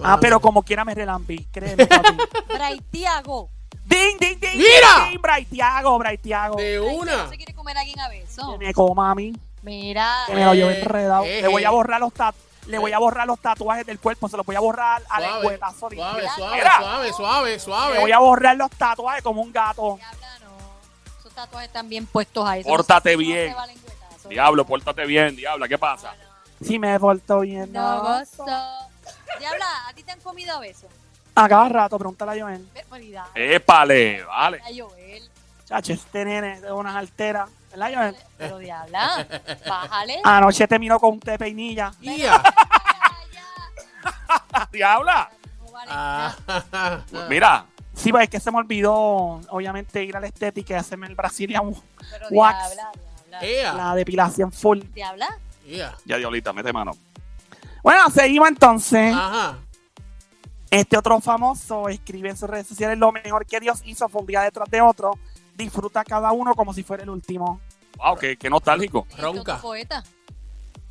Speaker 7: Ah, pero como quiera me relampí, créeme, papi.
Speaker 6: <laughs>
Speaker 5: Braithiago.
Speaker 7: ¡Ding, ding, ding!
Speaker 6: Mira.
Speaker 7: ¡Ding, ding! ¡Braithiago, Braithiago!
Speaker 6: De una.
Speaker 5: se quiere comer a alguien a beso.
Speaker 7: Que me coma a mí.
Speaker 5: Mira.
Speaker 7: Que me lo llevo
Speaker 6: Eh,
Speaker 7: enredado.
Speaker 6: eh,
Speaker 7: Le voy
Speaker 6: eh.
Speaker 7: a borrar los tat- Le voy a borrar los tatuajes del cuerpo, se los voy a borrar a la
Speaker 6: Suave,
Speaker 7: lengüetazo. de
Speaker 6: suave,
Speaker 7: inglés.
Speaker 6: suave,
Speaker 7: Mira,
Speaker 6: suave, suave,
Speaker 7: Le voy
Speaker 6: suave.
Speaker 7: a borrar los tatuajes como un gato.
Speaker 5: Diabla, no. Esos tatuajes están bien puestos ahí. Eso
Speaker 4: Pórtate
Speaker 5: no se- no se
Speaker 4: bien.
Speaker 5: valen huetazos.
Speaker 4: Diablo, pues. pórtate bien, diabla, ¿qué pasa?
Speaker 7: Si me porto bien.
Speaker 5: No
Speaker 7: No.
Speaker 5: gozo. Diabla, ¿a ti te han comido a besos?
Speaker 7: A cada rato, pregúntale a Joel.
Speaker 5: Verbalidad.
Speaker 4: Eh. Épale, vale.
Speaker 5: A Joel.
Speaker 7: Chacho, este nene de unas alteras. ¿Verdad, Joel?
Speaker 4: <laughs>
Speaker 5: Pero Diabla, bájale.
Speaker 7: Anoche te miró con un té de peinilla.
Speaker 6: Ya.
Speaker 4: Ah, diabla.
Speaker 5: No vale
Speaker 6: Ah,
Speaker 5: nada.
Speaker 4: Mira,
Speaker 7: Sí, pues es que se me olvidó, obviamente, ir a la estética y hacerme el Brazilian,
Speaker 5: Pero
Speaker 7: Wax.
Speaker 5: Diabla, Diabla.
Speaker 6: <laughs> ea,
Speaker 7: la depilación full.
Speaker 5: Diabla,
Speaker 6: ea.
Speaker 4: ya diablita, mete mano.
Speaker 7: Bueno, seguimos entonces.
Speaker 6: Ajá.
Speaker 7: Este otro famoso escribe en sus redes sociales lo mejor que Dios hizo fue un día detrás de otro. Disfruta cada uno como si fuera el último.
Speaker 4: Wow, qué, qué nostálgico.
Speaker 6: Ronca.
Speaker 5: tu poeta.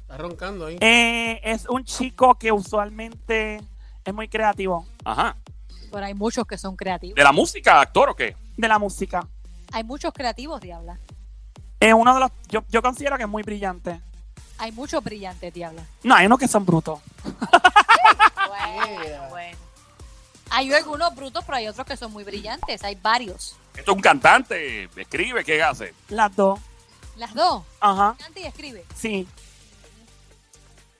Speaker 6: Está roncando ahí.
Speaker 7: Eh, es un chico que usualmente es muy creativo
Speaker 4: Ajá.
Speaker 5: Pero hay muchos que son creativos.
Speaker 4: ¿De la música, actor o qué?
Speaker 7: de la música.
Speaker 5: Hay muchos creativos, Diabla.
Speaker 7: Es uno de los, yo, yo considero que es muy brillante.
Speaker 5: Hay muchos brillantes, Diabla.
Speaker 7: No, hay unos que son brutos.
Speaker 6: Ah,
Speaker 5: Bueno, bueno. Hay algunos brutos, pero hay otros que son muy brillantes. Hay varios.
Speaker 4: Esto es un cantante, escribe, ¿qué hace?
Speaker 7: Las dos.
Speaker 5: Las dos.
Speaker 7: Ajá.
Speaker 5: Canta y escribe.
Speaker 7: Sí.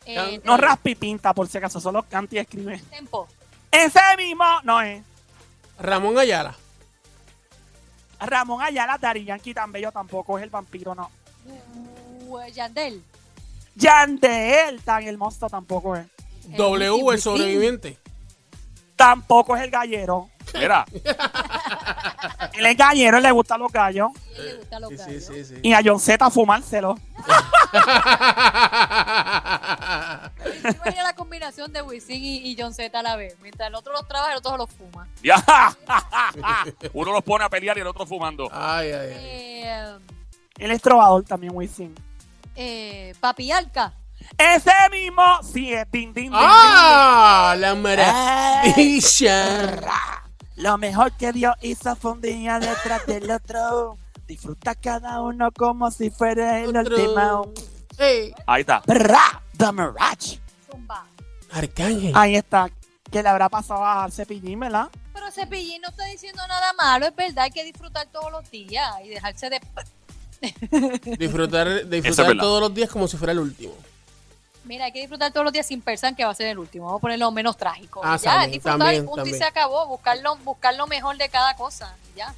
Speaker 5: Eh,
Speaker 7: No raspa y pinta, por si acaso. Solo canta y escribe.
Speaker 5: Tempo.
Speaker 7: Ese mismo no es.
Speaker 6: Ramón Ayala.
Speaker 7: Ramón Ayala, Dari Yankee tan bello tampoco es el vampiro, no.
Speaker 5: Uh, Yandel.
Speaker 7: Yandel tan hermoso tampoco es.
Speaker 6: ¿Eh?
Speaker 5: El
Speaker 6: W, el
Speaker 5: Whitney.
Speaker 6: sobreviviente.
Speaker 7: Tampoco es el gallero.
Speaker 4: Mira, <laughs>
Speaker 7: Él es gallero, le gustan los gallos.
Speaker 5: Y él le gusta los gallos.
Speaker 6: sí.
Speaker 7: Y a John Z fumárselo.
Speaker 5: Yo imagino la combinación de Wisin y, y John Z a la vez. Mientras el otro los trabaja, el otro los fuma.
Speaker 4: ya. <laughs> Uno los pone a pelear y el otro fumando.
Speaker 6: <laughs> Ay, ay, ay.
Speaker 5: Eh,
Speaker 7: Él es trovador también, Wisin.
Speaker 5: eh, papi Arca.
Speaker 7: Ese mismo sí es din din din,
Speaker 6: ¡Ah! La
Speaker 7: Ay.
Speaker 6: maravilla.
Speaker 7: din. Lo mejor que Dios hizo fue un día detrás del otro. Disfruta cada uno como si fuera el último.
Speaker 6: Ey.
Speaker 4: Ahí está.
Speaker 7: Ra, The Mirage.
Speaker 5: Zumba.
Speaker 6: Arcángel.
Speaker 7: Ahí está. Que le habrá pasado a Cepillín, ¿verdad?
Speaker 5: Pero Cepillín no está diciendo nada malo. Es verdad, hay que disfrutar todos los días y dejarse de...
Speaker 6: Disfrutar,
Speaker 4: Eso es
Speaker 6: disfrutar
Speaker 4: verdad.
Speaker 6: todos los días como si fuera el último.
Speaker 5: Mira, hay que disfrutar todos los días sin pensar que va a ser el último. Vamos a ponerlo menos trágico.
Speaker 6: Ah,
Speaker 5: ya,
Speaker 6: también,
Speaker 5: disfrutar
Speaker 6: también,
Speaker 5: y punto
Speaker 6: también.
Speaker 5: y se acabó. Buscar lo, buscar lo mejor de cada cosa. Ya.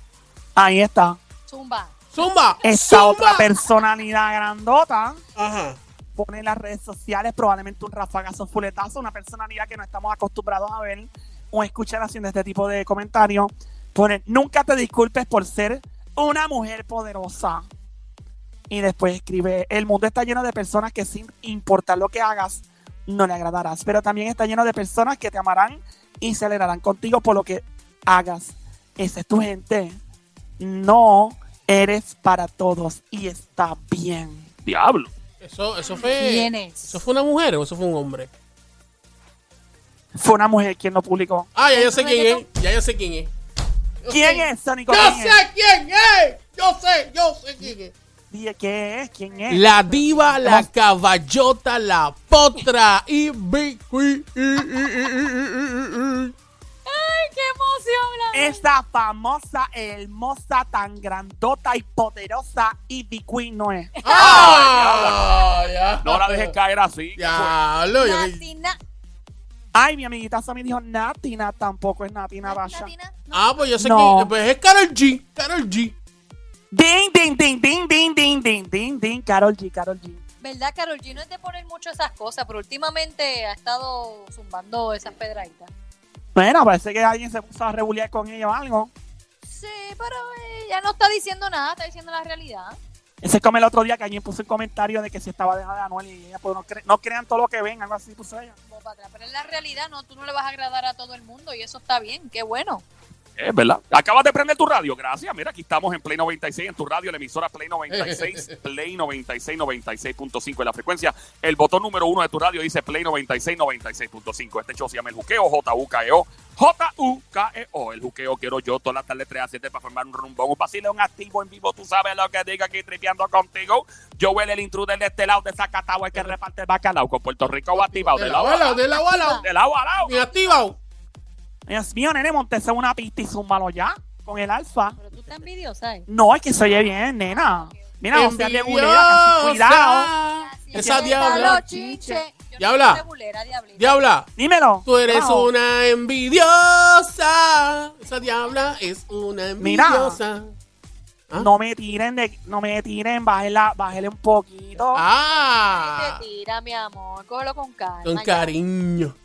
Speaker 7: Ahí está.
Speaker 5: Zumba.
Speaker 6: ¡Zumba!
Speaker 7: Esta
Speaker 6: ¡Zumba!
Speaker 7: otra personalidad grandota
Speaker 6: Ajá.
Speaker 7: pone en las redes sociales probablemente un rafagazo, un fuletazo, una personalidad que no estamos acostumbrados a ver o escuchar haciendo este tipo de comentarios. Pone, nunca te disculpes por ser una mujer poderosa. Y después escribe, el mundo está lleno de personas que sin importar lo que hagas, no le agradarás, pero también está lleno de personas que te amarán y se alegrarán contigo por lo que hagas. Esa es tu gente. No eres para todos y está bien.
Speaker 4: Diablo.
Speaker 6: Eso, eso fue.
Speaker 5: ¿Quién es?
Speaker 6: ¿Eso fue una mujer o eso fue un hombre?
Speaker 7: Fue una mujer quien lo publicó.
Speaker 6: Ah, ya yo sé quién es. Ya yo sé quién es.
Speaker 7: ¿Quién es, Sónico?
Speaker 6: ¡Yo
Speaker 7: ¿Quién es?
Speaker 6: sé quién es! ¡Yo sé! ¡Yo sé quién es!
Speaker 7: Dije, ¿qué es? ¿Quién es?
Speaker 6: La diva, la caballota, la potra y Big Queen.
Speaker 5: ¡Ay, qué emoción! la-
Speaker 7: Esa famosa, hermosa, tan grandota y poderosa Ivy Queen no es.
Speaker 6: ¡Ah! ya.
Speaker 4: No la dejes caer así.
Speaker 6: Diablo, yo-
Speaker 5: Natina.
Speaker 7: Ay, mi amiguita Sammy dijo Natina, tampoco es Natina Basha.
Speaker 5: Natina.
Speaker 6: Ah, pues yo sé
Speaker 7: No.
Speaker 6: quién es. Pues es Carol G. Carol G.
Speaker 7: Ding, ding, ding, ding, ding, ding, ding, ding, ding, Carol G, Carol G.
Speaker 5: ¿Verdad, Carol G? No es de poner mucho esas cosas, pero últimamente ha estado zumbando esas pedraditas.
Speaker 7: Bueno, parece que alguien se puso a rebuliar con ella o algo.
Speaker 5: Sí, pero ella no está diciendo nada, está diciendo la realidad.
Speaker 7: Ese es como el otro día que alguien puso un comentario de que si estaba dejada de Anuel y ella, pues no, cre- no crean todo lo que ven, algo así puso ella.
Speaker 5: Como para atrás. Pero es la realidad, no, tú no le vas a agradar a todo el mundo y eso está bien, qué bueno.
Speaker 4: Es verdad. Acabas de prender tu radio. Gracias. Mira, aquí estamos en Play 96, en tu radio, la emisora Play 96, Play 96, 96.5 en la frecuencia. El botón número uno de tu radio dice Play 96, 96.5. Este show se llama El Juqueo, J-U-K-E-O, J-U-K-E-O. E El Juqueo quiero yo todas las tardes 3 a 7 para formar un rumbón, un vacilón activo en vivo. Tú sabes lo que digo aquí tripeando contigo. Yo huele el intruder de este lado, de Zacatau, el que reparte el bacalao con Puerto Rico activado.
Speaker 6: De la bala, de la bala.
Speaker 4: De lado a lado.
Speaker 6: Ni activado.
Speaker 7: Dios mío, nene, montese una pista y zúmbalo ya con el alfa.
Speaker 5: Pero tú estás envidiosa, ¿eh?
Speaker 7: No, es que se oye bien, nena. Mira, no seas de bulera, casi cuidado.
Speaker 6: Envidiosa.
Speaker 5: Así
Speaker 6: Esa
Speaker 5: que
Speaker 6: diabla.
Speaker 5: los chinches. Yo
Speaker 6: Diabla.
Speaker 5: soy bulera, diablita.
Speaker 6: Diabla.
Speaker 7: Dímelo.
Speaker 6: Tú eres
Speaker 7: Wow.
Speaker 6: una envidiosa. Esa diabla es una
Speaker 7: Mira.
Speaker 6: envidiosa. ¿Ah?
Speaker 7: No me tiren, de, no me tiren, bájela, bájele un poquito.
Speaker 6: Ah.
Speaker 5: Te tira, mi amor. Cógelo con calma.
Speaker 6: Con
Speaker 5: ya.
Speaker 6: cariño.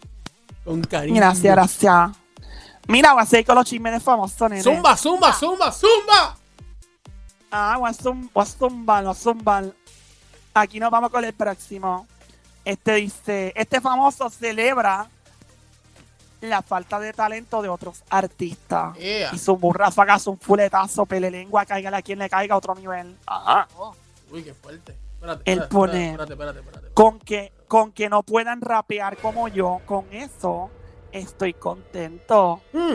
Speaker 6: Con cariño.
Speaker 7: Gracias, gracias. Mira, voy a seguir con los chismes de famosos, nene.
Speaker 6: Zumba, zumba, zumba, zumba.
Speaker 7: Ah, voy a zum- voy a zumbar, voy a zumbar. Aquí nos vamos con el próximo. Este dice, este famoso celebra la falta de talento de otros artistas.
Speaker 6: Yeah.
Speaker 7: Y su burráfaga, un fuletazo, pele lengua, cáigale a quien le caiga a otro nivel.
Speaker 4: Ajá.
Speaker 6: Uy, qué fuerte. Espérate,
Speaker 7: El
Speaker 6: espérate,
Speaker 7: poner.
Speaker 6: Espérate, espérate, espérate. espérate.
Speaker 7: Con que, con que no puedan rapear como yo, con eso estoy contento.
Speaker 6: Mm.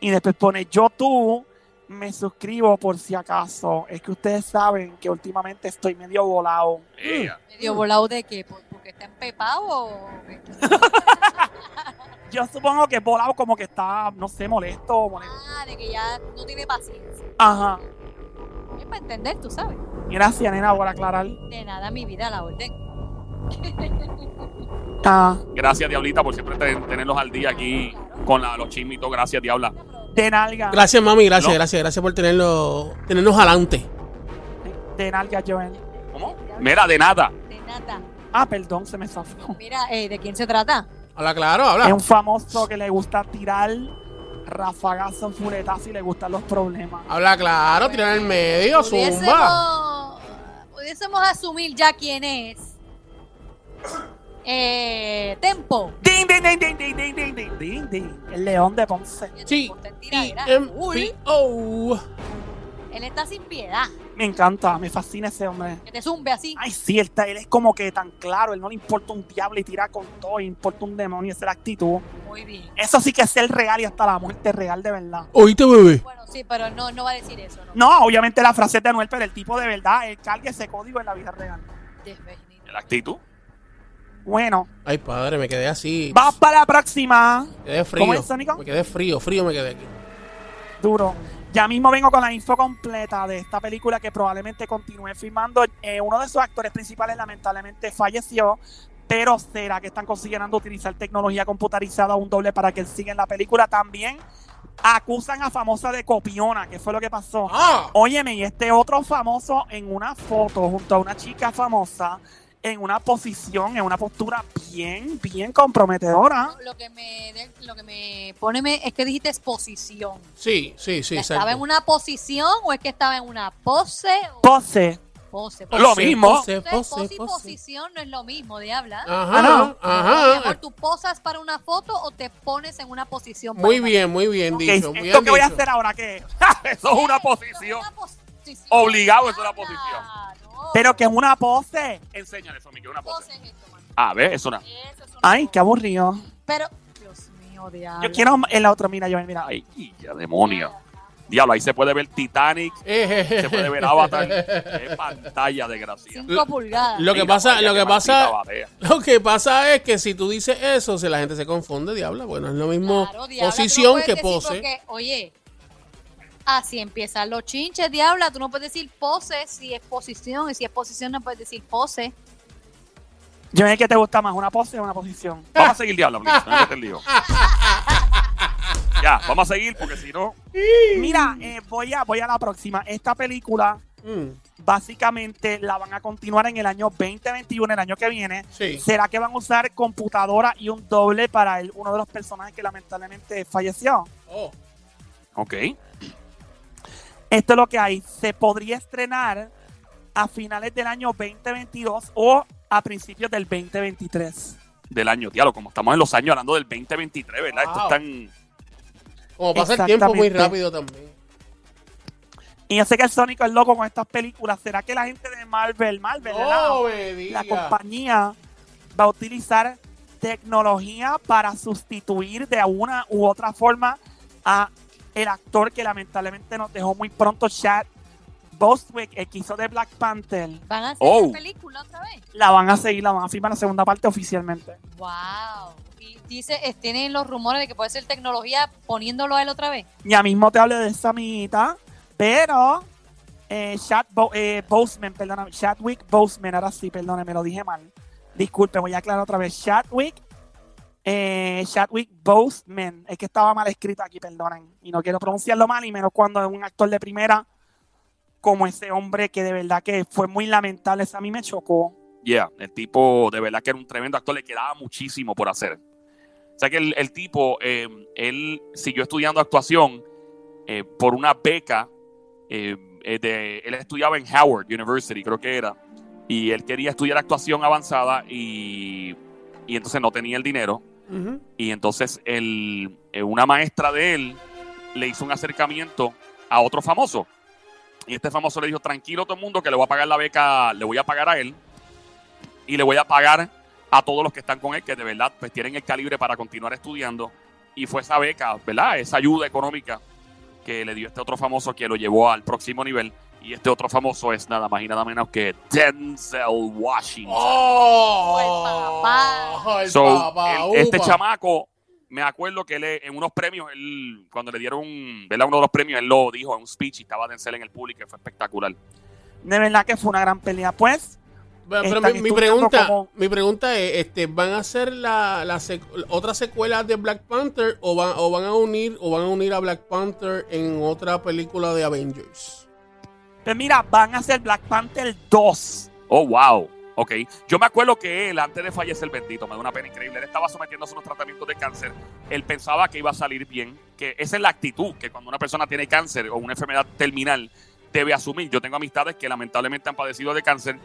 Speaker 7: Y después pone yo tú, me suscribo por si acaso. Es que ustedes saben que últimamente estoy medio volado.
Speaker 4: Ea.
Speaker 5: ¿Medio volado de qué? ¿Por- ¿Porque está empepado o qué?
Speaker 7: Yo supongo que volado como que está, no sé, molesto. molesto.
Speaker 5: Ah, de que ya no tiene paciencia.
Speaker 7: Ajá.
Speaker 5: Es para entender, tú sabes.
Speaker 7: Gracias, nena, por aclarar.
Speaker 5: De nada, mi vida, la orden.
Speaker 7: Ah,
Speaker 4: Gracias, Diablita, por siempre ten- tenerlos al día aquí con la- los chismitos. Gracias, Diabla.
Speaker 7: de nalga.
Speaker 6: Gracias, mami. Gracias,
Speaker 4: No.
Speaker 6: gracias. Gracias por tenerlo, tenernos adelante.
Speaker 7: De nalga, Joel.
Speaker 4: ¿Cómo? Mira, de nada.
Speaker 5: De nada.
Speaker 7: Ah, perdón, se me zafó.
Speaker 5: Mira, eh, ¿de quién se trata?
Speaker 6: Habla claro,
Speaker 7: Es
Speaker 6: habla.
Speaker 7: un famoso que le gusta tirar rafagazos, fuletazos y le gustan los problemas.
Speaker 6: Habla claro, tirar en el medio, zumba.
Speaker 5: Pudiésemos, pudiésemos asumir ya quién es. Eh, tempo.
Speaker 7: Ding, ding, ding, ding, ding, ding, ding, ding, ding, ding. El león de Ponce.
Speaker 6: Sí.
Speaker 5: Tempo está en tiradera. Uy,
Speaker 6: T-M-P-O.
Speaker 5: él está sin piedad.
Speaker 7: Me encanta, me fascina ese hombre.
Speaker 5: Que te zumbe así.
Speaker 7: Ay, sí, él, está- él es como que tan claro, él no le importa un diablo y tira con todo, y importa un demonio, esa es la actitud.
Speaker 5: Muy bien.
Speaker 7: Eso sí que es el real y hasta la muerte real de verdad.
Speaker 6: Oíste, bebé.
Speaker 5: Bueno, sí, pero no, no va a decir eso, ¿no?
Speaker 7: No, obviamente la frase es de Anuel, pero el tipo de verdad, él carga ese código en la vida real.
Speaker 5: Desvenido.
Speaker 4: La actitud. <laughs>
Speaker 7: Bueno,
Speaker 6: Ay, padre, me quedé así.
Speaker 7: vamos para la próxima.
Speaker 6: Me quedé frío.
Speaker 7: ¿Cómo es, Sónico?
Speaker 6: Me quedé frío, frío me quedé aquí.
Speaker 7: Duro. Ya mismo vengo con la info completa de esta película que probablemente continúe filmando. Eh, uno de sus actores principales lamentablemente falleció, pero será que están considerando utilizar tecnología computarizada un doble para que él siga en la película. También acusan a famosa de copiona, que fue lo que pasó.
Speaker 6: ¡Ah!
Speaker 7: Óyeme, y este otro famoso en una foto junto a una chica famosa en una posición, en una postura bien, bien comprometedora.
Speaker 5: Lo que me, de- lo que me pone me- es que dijiste exposición.
Speaker 6: Sí, sí, sí, exacto.
Speaker 5: ¿Estaba en una posición o es que estaba en una pose? O
Speaker 7: Pose.
Speaker 5: pose, pose.
Speaker 4: Lo mismo.
Speaker 6: Pose,
Speaker 5: Entonces,
Speaker 6: pose,
Speaker 5: pose y
Speaker 6: pose.
Speaker 5: posición no es lo mismo, diabla.
Speaker 6: Ajá,
Speaker 7: Ah, no.
Speaker 5: Mi amor, pues,
Speaker 6: ajá.
Speaker 5: ¿tú posas para una foto o te pones en una posición? para
Speaker 6: Muy
Speaker 5: una-
Speaker 6: bien, muy bien
Speaker 7: Ok,
Speaker 6: dicho, muy
Speaker 7: ¿Esto
Speaker 6: bien
Speaker 7: que voy a
Speaker 6: dicho.
Speaker 7: hacer ahora? ¿Qué?
Speaker 4: Eso es una
Speaker 5: Eso es
Speaker 4: posición.
Speaker 5: una posición.
Speaker 4: Obligado, eso es una
Speaker 5: Diabla, no.
Speaker 7: Pero que es una pose.
Speaker 4: Enséñale eso, Miguel, una
Speaker 5: Pose
Speaker 4: pose.
Speaker 5: es esto, mano.
Speaker 4: A ver, es una.
Speaker 5: Eso es una
Speaker 7: Ay, qué
Speaker 5: pose.
Speaker 7: aburrido.
Speaker 5: Pero, Dios mío, diabla.
Speaker 7: Yo quiero en la otra, mira, yo mira.
Speaker 4: Ay, ya demonio. Diablo, ahí se puede ver Titanic,
Speaker 6: Eh,
Speaker 4: se puede ver Avatar. Qué pantalla, desgracia.
Speaker 5: Cinco pulgadas.
Speaker 6: Lo que
Speaker 4: Mira,
Speaker 6: pasa,
Speaker 4: vaya,
Speaker 6: lo
Speaker 4: qué
Speaker 6: que
Speaker 4: maldita
Speaker 6: pasa,
Speaker 4: batea.
Speaker 6: <laughs> lo que pasa es que si tú dices eso, si la gente se confunde, diabla, bueno, es lo mismo
Speaker 5: Claro, diabla, tú no
Speaker 6: posición
Speaker 5: puedes
Speaker 6: que
Speaker 5: decir
Speaker 6: pose.
Speaker 5: porque, oye, así empiezan los chinches, diabla. Tú no puedes decir pose si es posición. Y si es posición, no puedes decir pose.
Speaker 7: Yo me que te gusta más, una pose o una posición.
Speaker 4: Vamos a seguir, Diablo, please, no me
Speaker 6: <laughs>
Speaker 4: metas el lío. Ya, Ah, vamos a seguir, porque si no.
Speaker 7: Mira, eh, voy, a, voy a la próxima. Esta película
Speaker 6: Mm,
Speaker 7: básicamente la van a continuar en el año 2021, el año que viene.
Speaker 6: sí.
Speaker 7: ¿Será que van a usar computadora y un doble para el- uno de los personajes que lamentablemente falleció?
Speaker 6: Oh,
Speaker 4: Ok.
Speaker 7: Esto es lo que hay. Se podría estrenar a finales del año 2022 o a principios del 2023.
Speaker 4: Del año, diablo, como estamos en los años hablando del 2023, ¿verdad? Esto
Speaker 6: Wow.
Speaker 4: es tan.
Speaker 6: Como pasa el tiempo muy
Speaker 7: Exactamente.
Speaker 6: rápido también.
Speaker 7: Y yo sé que el Sónico es loco con estas películas. ¿Será que la gente de Marvel, Marvel,
Speaker 6: No
Speaker 7: ¿verdad?
Speaker 6: me
Speaker 7: la
Speaker 6: digas.
Speaker 7: compañía va a utilizar tecnología para sustituir de una u otra forma a el actor que lamentablemente nos dejó muy pronto Chad Bostwick, el que hizo de Black Panther.
Speaker 5: ¿Van a hacer
Speaker 4: Oh.
Speaker 5: la película otra vez?
Speaker 7: La van a seguir, la van a firmar la segunda parte oficialmente.
Speaker 5: ¡Wow! Y dice, eh, tienen los rumores de que puede ser tecnología poniéndolo a él otra vez.
Speaker 7: Ya mismo te hablé de esa amiguita, pero eh, Chad Bo- eh, Boseman, perdóname, Chadwick Boseman, ahora sí, perdóname, lo dije mal. Disculpe, voy a aclarar otra vez. Chadwick, eh, Chadwick Boseman, es que estaba mal escrito aquí, perdonen, y no quiero pronunciarlo mal, y menos cuando es un actor de primera como ese hombre que de verdad que fue muy lamentable, eso a mí me chocó.
Speaker 4: Yeah, el tipo de verdad que era un tremendo actor, le quedaba muchísimo por hacer. O sea que el, el tipo, eh, él siguió estudiando actuación eh, por una beca. eh, eh, de, él estudiaba en Howard University, creo que era. Y él quería estudiar actuación avanzada y, y entonces no tenía el dinero.
Speaker 6: Ujú.
Speaker 4: Y entonces el, eh, una maestra de él le hizo un acercamiento a otro famoso. Y este famoso le dijo, tranquilo todo el mundo, que le voy a pagar la beca, le voy a pagar a él. Y le voy a pagar a todos los que están con él, que de verdad pues, tienen el calibre para continuar estudiando. Y fue esa beca, ¿verdad? Esa ayuda económica que le dio este otro famoso que lo llevó al próximo nivel. Y este otro famoso es nada más y nada menos que Denzel Washington.
Speaker 6: ¡Oh!
Speaker 5: papá.
Speaker 6: El
Speaker 4: So,
Speaker 6: papá,
Speaker 4: el- este
Speaker 6: upa.
Speaker 4: chamaco, me acuerdo que él, eh, en unos premios, él, cuando le dieron ¿verdad? uno de los premios, él lo dijo en un speech y estaba Denzel en el público, que fue espectacular.
Speaker 7: De verdad que fue una gran pelea. Pues,
Speaker 6: Pero, pero
Speaker 7: Están
Speaker 6: mi, mi
Speaker 7: estudiando
Speaker 6: pregunta,
Speaker 7: como-
Speaker 6: mi pregunta es, este, ¿van a hacer la, la sec- otra secuela de Black Panther o van, o van a unir o van a unir a Black Panther en otra película de Avengers?
Speaker 7: pues mira, van a hacer Black Panther 2.
Speaker 4: Oh, wow. Ok. Yo me acuerdo que él, antes de fallecer, bendito, me da una pena increíble. Él estaba sometiéndose a unos tratamientos de cáncer. Él pensaba que iba a salir bien. Que esa es la actitud que cuando una persona tiene cáncer o una enfermedad terminal debe asumir. Yo tengo amistades que lamentablemente han padecido de cáncer.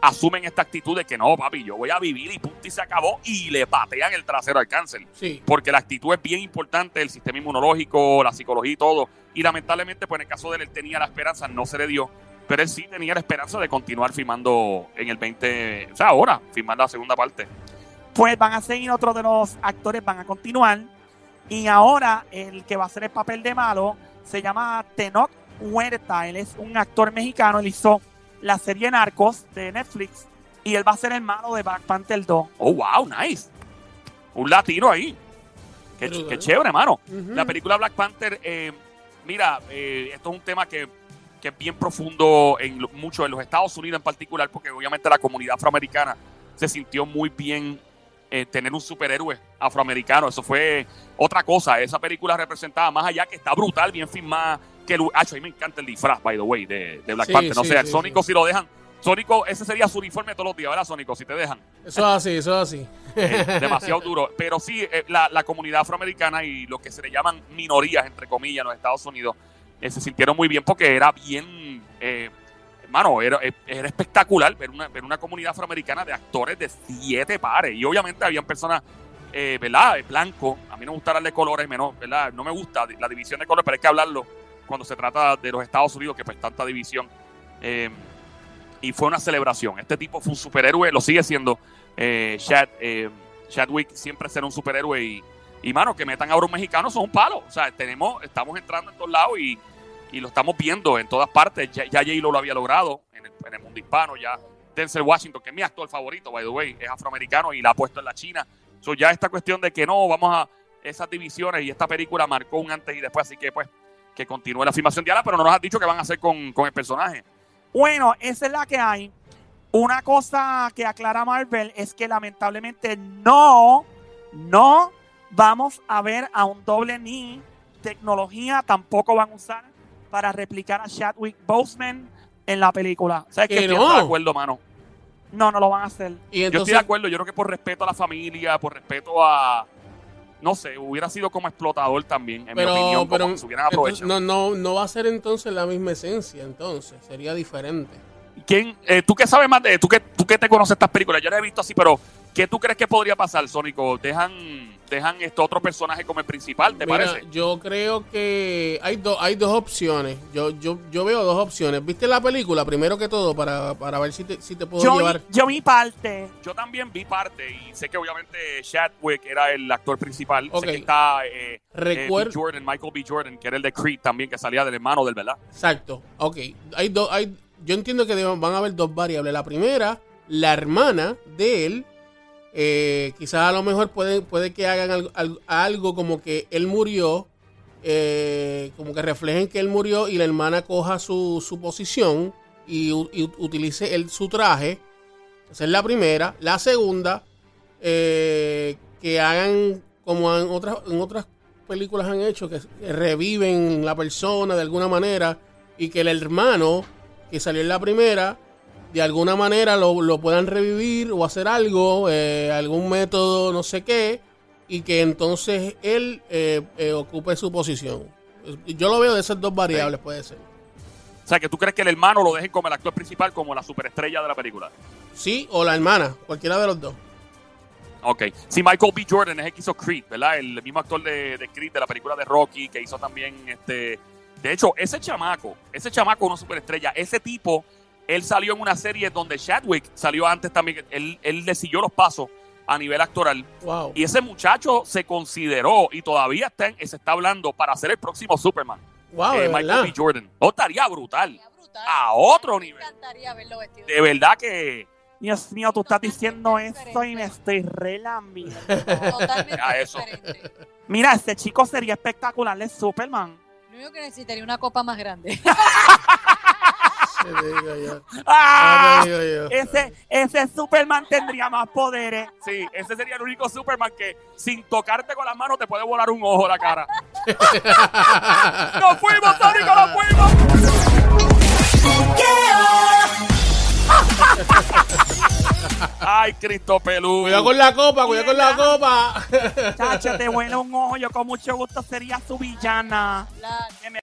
Speaker 4: Asumen esta actitud de que no, papi, yo voy a vivir y punto y se acabó. Y le patean el trasero al cáncer.
Speaker 6: Sí.
Speaker 4: porque la actitud es bien importante, el sistema inmunológico, la psicología y todo. Y lamentablemente, pues en el caso de él, él tenía la esperanza, no se le dio, pero él sí tenía la esperanza de continuar firmando en el 20, o sea, ahora, firmar la segunda parte.
Speaker 7: pues van a seguir otro de los actores, van a continuar. Y ahora el que va a hacer el papel de malo se llama Tenoch Huerta. Él es un actor mexicano, él hizo la serie Narcos de Netflix y él va a ser el malo de Black Panther 2.
Speaker 4: Oh, wow, nice. Un latino ahí. Qué,
Speaker 6: Pero,
Speaker 4: qué
Speaker 6: ¿eh?
Speaker 4: chévere, hermano.
Speaker 6: Ujú.
Speaker 4: La película Black Panther, eh, mira, eh, esto es un tema que, que es bien profundo en lo- mucho en los Estados Unidos en particular, porque obviamente la comunidad afroamericana se sintió muy bien eh, tener un superhéroe afroamericano. Eso fue otra cosa. Esa película representaba más allá que está brutal, bien filmada. Que lu- Acho, a mí me encanta el disfraz, by the way, de, de Black
Speaker 6: Sí,
Speaker 4: Panther. No
Speaker 6: sí,
Speaker 4: sé,
Speaker 6: sí,
Speaker 4: Sónico si lo dejan. Sónico, ese sería su uniforme todos los días, ¿verdad, Sónico? Si te dejan.
Speaker 6: Eso es así, eso es así.
Speaker 4: Eh, <laughs> demasiado duro. Pero sí, eh, la, la comunidad afroamericana y lo que se le llaman minorías, entre comillas, en los Estados Unidos, eh, se sintieron muy bien porque era bien, eh, hermano, era, eh, era espectacular ver una, ver una comunidad afroamericana de actores de siete pares. Y obviamente habían personas, eh, ¿verdad?, Eh, blanco. A mí no me gusta hablar de colores, menos, ¿verdad? No me gusta la división de colores, pero hay que hablarlo cuando se trata de los Estados Unidos, que pues tanta división. Eh, y fue una celebración. Este tipo fue un superhéroe, lo sigue siendo. Eh, Chad, eh, Chadwick siempre será un superhéroe y, y, mano, que metan ahora un mexicano son un palo. O sea, tenemos, estamos entrando en todos lados y, y lo estamos viendo en todas partes. Ya, ya J-Lo lo había logrado en el, en el mundo hispano, ya Denzel Washington, que es mi actor favorito, by the way, es afroamericano y la ha puesto en la China. So, ya esta cuestión de que no, vamos a esas divisiones y esta película marcó un antes y después, así que pues que continúe la filmación Diana, pero no nos has dicho qué van a hacer con, con el personaje.
Speaker 7: Bueno, esa es la que hay. Una cosa que aclara Marvel es que lamentablemente no, no vamos a ver a un doble ni tecnología, tampoco van a usar para replicar a Chadwick Boseman en la película. O sea,
Speaker 4: Que
Speaker 6: Que
Speaker 7: que
Speaker 4: estoy
Speaker 6: no.
Speaker 4: de acuerdo, mano.
Speaker 7: no, no lo van a
Speaker 6: Y
Speaker 7: hacer.
Speaker 4: Yo estoy de
Speaker 6: entonces,
Speaker 4: acuerdo, yo creo que por respeto a la familia, por respeto a. ah, No sé, hubiera sido como explotador también, en mi opinión, como
Speaker 6: pero, pero
Speaker 4: que se hubieran aprovechado.
Speaker 6: no, no, no va a ser entonces la misma esencia, entonces, sería diferente.
Speaker 4: ¿Quién, eh, ¿Tú qué sabes más de.? ¿Tú que, tú que te conoces estas películas? Yo las he visto así, pero ¿qué tú crees que podría pasar, Sónico? ¿Dejan dejan este otro personaje como el principal, ¿te
Speaker 6: Mira,
Speaker 4: parece?
Speaker 6: yo creo que hay, dos hay dos opciones. Yo, yo, yo veo dos opciones. ¿Viste la película primero que todo para, para ver si te, si te puedo
Speaker 7: Yo,
Speaker 6: llevar?
Speaker 7: yo mi parte.
Speaker 4: Yo también vi parte y sé que obviamente Chadwick era el actor principal.
Speaker 6: Ok.
Speaker 4: Sé que está eh, eh,
Speaker 6: Recuer-
Speaker 4: B. Jordan, Michael B. Jordan, que era el de Creed también, que salía del hermano del, ¿verdad?
Speaker 6: Exacto. Ok. Hay dos, hay, yo entiendo que deben- van a haber dos variables. La primera, la hermana de él. eh, quizás a lo mejor puede, puede que hagan al- al- algo, como que él murió. eh, como que reflejen que él murió y la hermana coja su, su posición y, u- y utilice el, su traje. Esa es la primera. La segunda, eh, que hagan como en otras, en otras películas han hecho, que reviven la persona de alguna manera y que el hermano que salió en la primera, de alguna manera lo, lo puedan revivir o hacer algo, eh, algún método, no sé qué, y que entonces él eh, eh, ocupe su posición. Yo lo veo de esas dos variables, puede ser.
Speaker 4: O sea, que tú crees que el hermano lo dejen como el actor principal, como la superestrella de la película.
Speaker 6: Sí, o la hermana, cualquiera de los dos.
Speaker 4: Ok. Sí, Michael B. Jordan es el que hizo Creed, ¿verdad? El mismo actor de, de Creed, de la película de Rocky, que hizo también este. De hecho, ese chamaco, ese chamaco es una superestrella. Ese tipo, él salió en una serie donde Chadwick salió antes también. Él, él le siguió los pasos a nivel actoral.
Speaker 6: Wow.
Speaker 4: Y ese muchacho se consideró y todavía está en- se está hablando para ser el próximo Superman. Eh,
Speaker 6: wow, Ah, de
Speaker 4: Michael
Speaker 6: verdad.
Speaker 4: B. Jordan. No estaría brutal.
Speaker 5: Sería brutal.
Speaker 4: A otro
Speaker 5: Me
Speaker 4: nivel.
Speaker 5: encantaría verlo vestido.
Speaker 4: De verdad que.
Speaker 7: Dios mío, tú estás diciendo
Speaker 5: Totalmente
Speaker 7: esto y me
Speaker 5: diferente.
Speaker 7: estoy relamiendo.
Speaker 5: Totalmente
Speaker 4: A eso.
Speaker 5: diferente.
Speaker 7: Mira, ese chico sería espectacular de Superman.
Speaker 5: Lo único que necesitaría una copa más grande.
Speaker 6: Te digo yo,
Speaker 4: <laughs>
Speaker 7: ¡Ah!
Speaker 6: te digo yo.
Speaker 7: Ese, ese Superman tendría más poderes.
Speaker 4: Sí, ese sería el único Superman que sin tocarte con las manos te puede volar un ojo a la cara. ¡Nos fuimos, Sónico, nos fuimos! ¡Ay, Cristo Pelú!
Speaker 6: Cuidado con la copa, cuidado con la copa.
Speaker 7: Chacho, te huele un ojo. Yo con mucho gusto sería su villana.
Speaker 5: La-